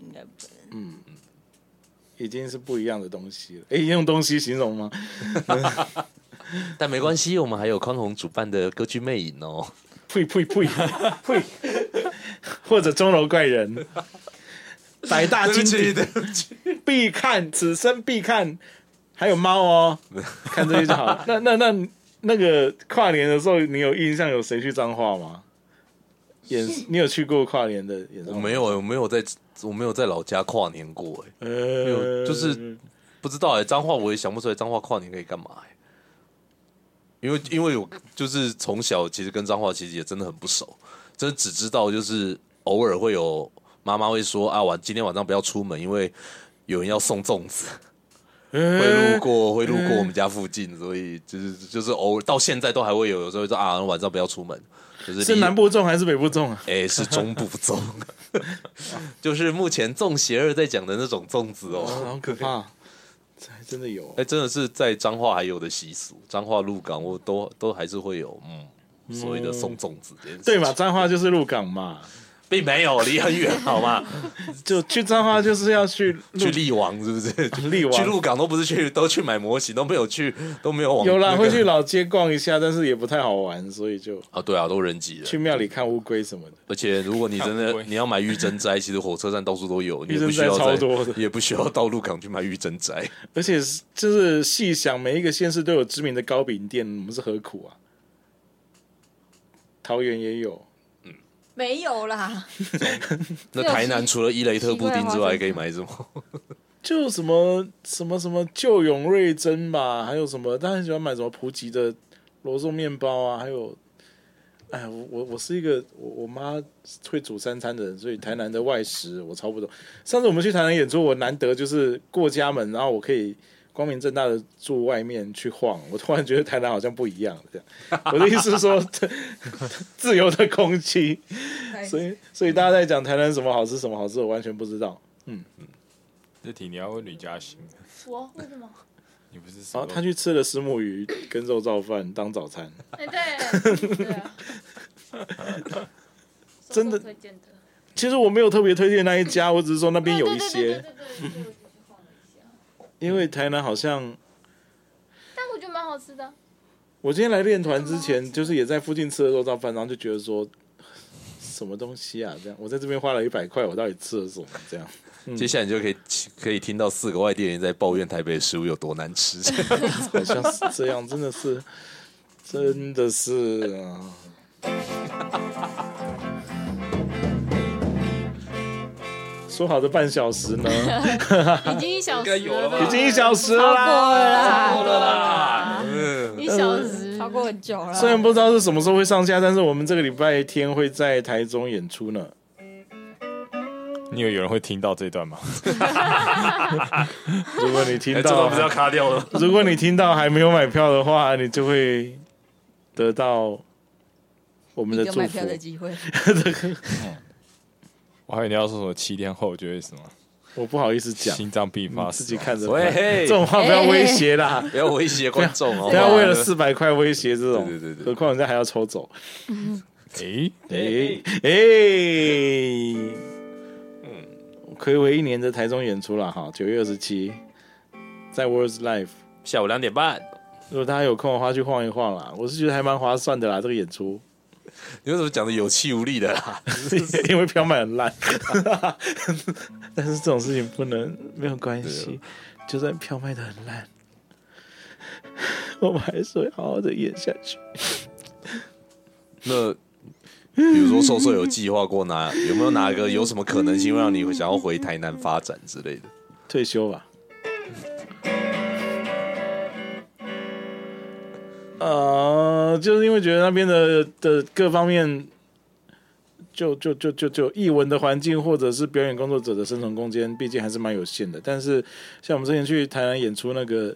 应该不已经是不一样的东西了。哎，用东西形容吗？ 但没关系，我们还有宽宏主办的歌剧魅影哦。呸呸 呸呸，或者钟楼怪人，百大经典对不起，必看，此生必看。还有猫 哦，看这些就好了。那那那那个跨年的时候，你有印象有谁去彰化吗？演你有去过跨年的演唱我会？没有，我没有在我没有在老家跨年过、欸，呃，就是不知道哎、欸，彰化我也想不出来彰化跨年可以干嘛哎、因为因为我就是从小其实跟彰化其实也真的很不熟，真的只知道就是偶尔会有妈妈会说啊晚今天晚上不要出门，因为有人要送粽子，呃会嗯路过会路过我们家附近，所以就是就是偶尔到现在都还会有，有时候会说啊晚上不要出门，就是是离南部重还是北部重啊？哎、是中 部粽，就是目前粽邪二在讲的那种粽子哦。好可怕，这还真的有哎、真的是在彰化还有的习俗，彰化鹿港我都都还是会有，嗯，所谓的送粽子这件事情哦对嘛？？彰化就是鹿港嘛，并没有离很远，好吗？就去彰化就是要去嗯去鹿力王是不是？ 力去王，鹿港都不是去，都去买模型，都没有去，都没有往有啦，那个会去老街逛一下，但是也不太好玩，所以就啊，对啊，都人挤人去。庙里看乌龟什么的。而且 如果你真看的不会你要买玉珍斋，其实火车站到处都有，你玉也珍不需斋要超在多的 也不需要到鹿港去买玉珍斋。而且是就是细想，每一个县市都有知名的糕饼店，我们是何苦啊？桃园也有，没有啦，这有那台南除了伊雷特布丁之外，还可以买什么？就什么什么什么旧永瑞珍吧，还有什么，大家很喜欢买什么普吉的罗宋面包啊，还有，哎，我我我是一个我我妈会煮三餐的人，所以台南的外食我超不懂。上次我们去台南演出，我难得就是过家门，然后我可以光明正大的住外面去晃，我突然觉得台南好像不一样了。这样，我的意思是说，自由的空气，所以所以大家在讲台南什么好吃什么好吃，我完全不知道。这题你要问吕嘉欣，我为什么？你不是然说哦后他去吃了石目鱼跟肉燥饭当早餐，哎、对，对啊，真的推荐的，其实我没有特别推荐那一家，我只是说那边有一对对对些，对对对对对，我就去晃了一下，因为台南好像但我觉得蛮好吃的。我今天来练团之前，就是也在附近吃了肉燥饭，然后就觉得说什么东西啊，这样我在这边花了一百块，我到底吃了什么？这样 接下来你就可以可以听到四个外地人在抱怨台北的食物有多难吃。好像是这样，真的是，真的是啊。 说好的半小时 呢，已经一小时应该有了吧了，已经一小时了超过啦。了啦，一小时，超过很久了。虽然不知道是什么时候会上架，但是我们这个礼拜天会在台中演出呢。你以为有人会听到这段吗？如果 你听哎这段到不是，要卡掉了吗？如果你听到还没有买票的话，你就会得到我们一的个祝买福票。的机会， 我还以为你要说什么七天后就会什么我不好意思讲，嗯心脏病发自死己亡看着喂办。嘿这，种话不要威胁哎啦， 不要威胁 观众哦，不要为了四百块威胁这种对对对，对何况人家还要抽走。诶，哎哎，嗯，暌违一年的台中演出了哈，九月二十七，在 World's Life。下午两点半。如果大家有空的话，去晃一晃啦。我是觉得还蛮划算的啦，这个演 出，你为什么讲的有气无力的 啦？因为票卖很烂。 但是这种事情不能没有关系，就算票卖的很烂，我们还是会好好的演下去。那比如说，瘦瘦有计划过哪？有没有哪个有什么可能性会让你想要回台南发展之类的？退休吧。呃，就是因为觉得那边的的各方面，就就就就就译文的环境，或者是表演工作者的生存空间，毕竟还是蛮有限的。但是像我们之前去台南演出，那个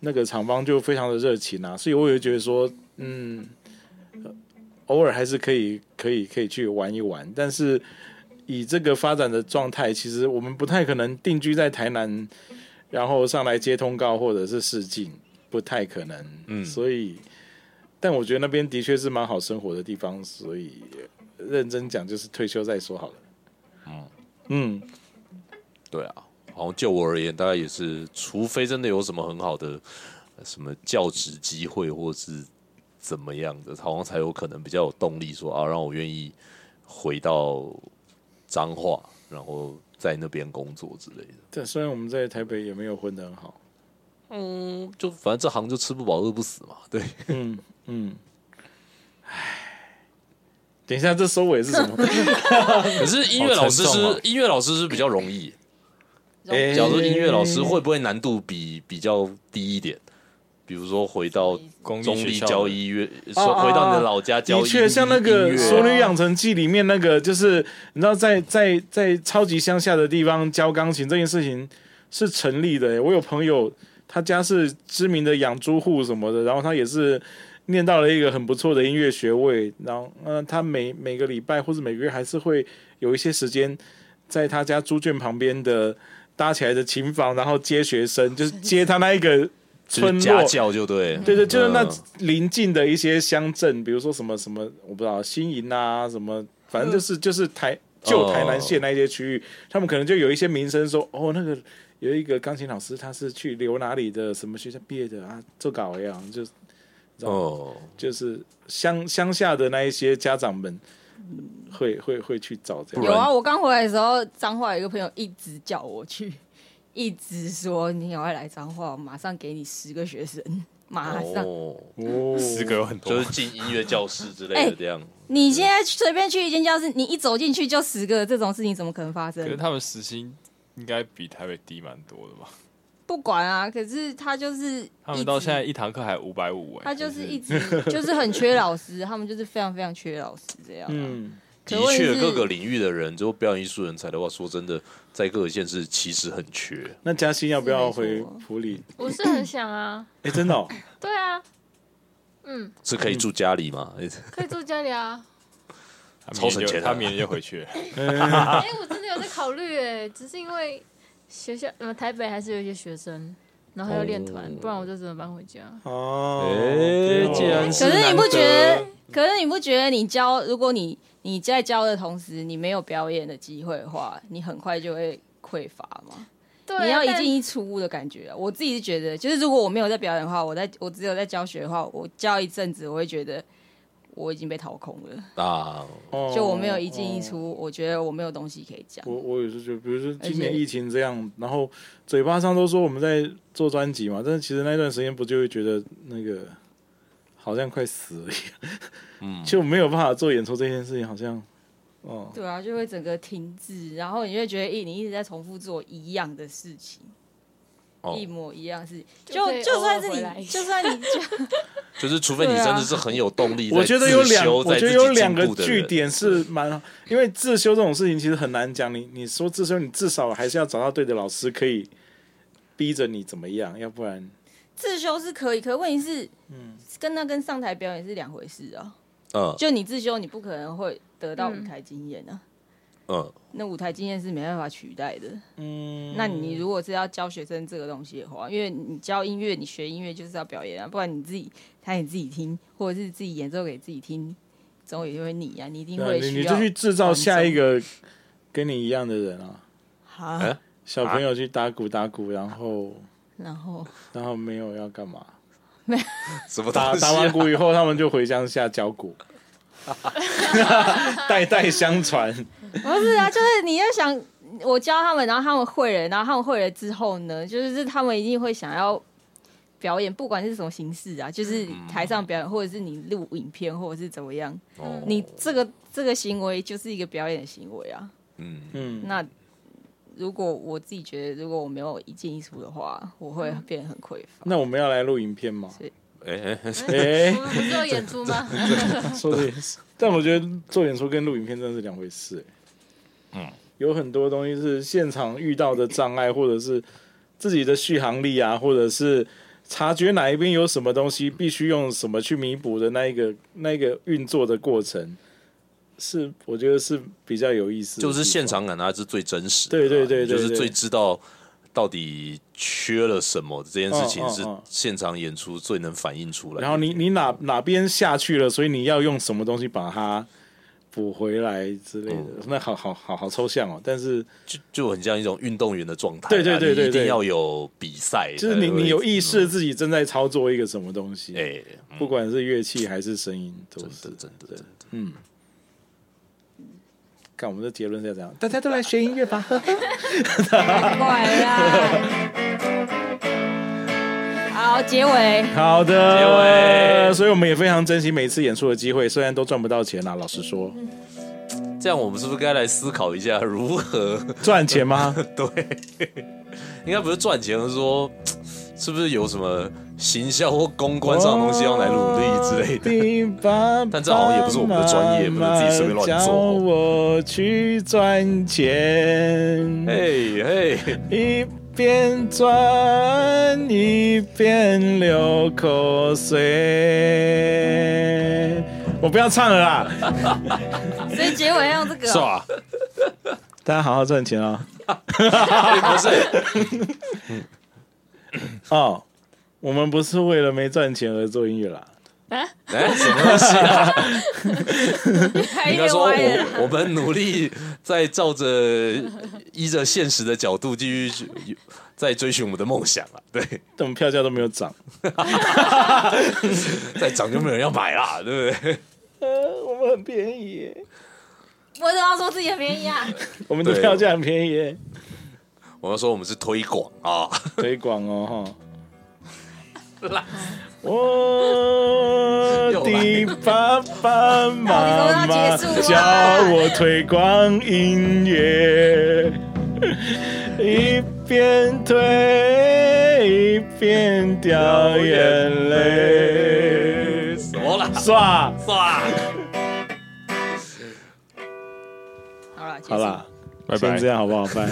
那个厂方就非常的热情啊，所以我也觉得说，嗯，呃偶尔还是可以可以可以去玩一玩，但是以这个发展的状态，其实我们不太可能定居在台南，然后上来接通告或者是试镜，不太可能。嗯所以，但我觉得那边的确是蛮好生活的地方，所以呃认真讲就是退休再说好了。嗯对啊，好像就我而言，大概也是，除非真的有什么很好的呃什么教职机会，或是怎么样的，好像才有可能比较有动力说啊，让我愿意回到彰化，然后在那边工作之类的。但虽然我们在台北也没有混得很好，嗯，就反正这行就吃不饱饿不死嘛，对，嗯嗯，唉，等一下，这收尾是什么？ 可是音乐老师好沉重是哦音乐老师是比较容易，哎假如说音乐老师会不会难度比比较低一点？比如说回到公立中学立校教的音乐，哦说哦回到你的老家教音的确，像那音个《乐啊熟女养成记》里面那个，就是你知道在，在在超级乡下的地方教钢琴这件事情是成立的欸、我有朋友，他家是知名的养猪户什么的，然后他也是念到了一个很不错的音乐学位，然后嗯、呃他每每个礼拜或者每个月还是会有一些时间在他家猪圈旁边的搭起来的琴房，然后接学生，就是接他那一个就村 是落家教就对，对对，就是那嗯邻近的一些乡镇，比如说什么什么，我不知道新营啊，什么，反正嗯就是就是台旧台南县那一些区域，他们可能就有一些名声说，哦，那个有一个钢琴老师，他是去留哪里的什么学校毕业的啊，做搞一样，就哦，就是乡乡下的那一些家长们会会会去找这不样有然啊，我刚回来的时候，彰化有一个朋友一直叫我去，一直说你赶快来彰化，我马上给你十个学生，马啊上。哦，哦，资格有很多，就是进音乐教室之类的哎这样。你现在随便去一间教室，你一走进去就十个，这种事情怎么可能发可是生？他们时薪应该比台北低蛮多的吧？不管啊，可是他就是他一们直到现在一堂课还五百五哎，他就是一直就是很缺老师，他们就是非常非常缺老师这样啊、嗯，可的问题确，是各个领域的人，就表演艺术人才的话，说真的，在各个县市其实很缺。那嘉欣要不要是没回错普里？我是很想啊，哎，真的哦，对啊，嗯，是可以住家里吗？ 可以住家里啊。他超明省年就钱的他明年就 回去了。哎、我真的有在考虑哎，只是因为学校呃台北还是有一些学生，然后要练团，哦不然我就怎么搬回家？哦，哎对哦既然可是你不觉难得得？可是你不觉得你教，如果你你在教的同时，你没有表演的机会的话，你很快就会匮乏吗？对啊，你要一但进一出的感觉啊、我自己是觉得，就是如果我没有在表演的话，我在我只有在教学的话，我教一阵子，我会觉得我已经被掏空了，啊，哦就我没有一进一哦出，我觉得我没有东西可以讲。我我也是觉得，比如说今而年且疫情这样，然后嘴巴上都说我们在做专辑嘛，但是其实那段时间不就会觉得那个好像快死了一样，嗯就没有办法做演出这件事情，好像哦，对啊，就会整个停滞，然后你就会觉得，咦，你一直在重复做一样的事情，哦一模一样的事情，就可以就偶算尔是回来一你，下就算你就就是除非你对啊真的是很有动力，我觉得有两，我觉得有两个据据点是蛮，因为自修这种事情其实很难讲。你你说自修，你至少还是要找到对的老师，可以逼着你怎么样，要不然自修是可以，可问 题是，嗯跟那跟上台表演是两回事啊。哦嗯就你自修，你不可能会得到舞台经验啊，嗯，那舞台经验是没办法取代的。嗯，那你如果是要教学生这个东西的话，因为你教音乐，你学音乐就是要表演啊，不然你自己弹你自己听，或者是自己演奏给自己听，总有一天会腻啊，你一定对会啊你需你要就去制造观下众一个跟你一样的人啊。啊，小朋友去打鼓打鼓，然后然后然后没有要干嘛？什么打东西打啊完鼓以后，他们就回乡下教鼓，代代相传。不是啊，就是你要想我教他们，然后他们会了，然后他们会了之后呢，就是他们一定会想要表演，不管是什么形式啊，就是嗯台上表演，或者是你录影片，或者是怎么样，哦你这个这个行为就是一个表演的行为啊。嗯嗯，那如果我自己觉得，如果我没有一进一出的话，我会变得很匮乏。那我们要来录影片吗？哎哎哎、我们不是有演出吗？说的也是，但我觉得做演出跟录影片真的是两回事、欸。嗯，有很多东西是现场遇到的障碍，或者是自己的续航力啊，或者是察觉哪一边有什么东西必须用什么去弥补的那一个那一个运作的过程，是我觉得是比较有意思的地就方。是现场感，它是最真实的啊，对对对对你就是对最知道到底缺了什么这件事情嗯嗯是嗯现场演出最能反映出来的。然后你你哪哪边下去了，所以你要用什么东西把它补回来之类的。嗯那好好好好抽象哦，但是。就就很像一种运动员的状态啊，对对对你对一定对要有比赛才会，呃就是你你有意识自己正在操作一个什么东西，嗯哎，不管是乐器还是声音，都真是的真的真的。嗯。看我们的结论是这样，大家都来学音乐 吧。呵呵怪啦！ 好，结尾好结的，尾 所以我们也非常珍惜每一次演出的机会，虽然都赚不到钱啦。老实 说，这样我们是不是该来思考一下如何？ 赚钱吗？对，应该不是赚钱，而是说是不是有什么行销或公关上的东西要来努力之类哦的？的 但这好像也不是我们的专业不能自己随便乱做哦我去赚 钱，哎 嘿嘿，一边赚一边流口水。我不要唱了啦，所以结尾要用这个哦、啊耍大家好好赚钱啊！不 是哦，我们不是为了没赚钱而做音乐啦。哎什么东西？还应有该说歪了。我我们努力在照着依着现实的角度继续去在追寻我们的梦想啊，对，但我们票价都没有涨，再涨就没有人要买啦，对不对？呃，我们很便宜耶，我怎么要说自己很便宜啊？我们的对票价很便宜耶，我要说我们是推广啊，推广哦 哈。我的爸爸妈妈教我推广音 乐，一边推一边掉眼泪，什么啦？刷。算了。好了，结好束啦，拜先拜这。样好不好？拜。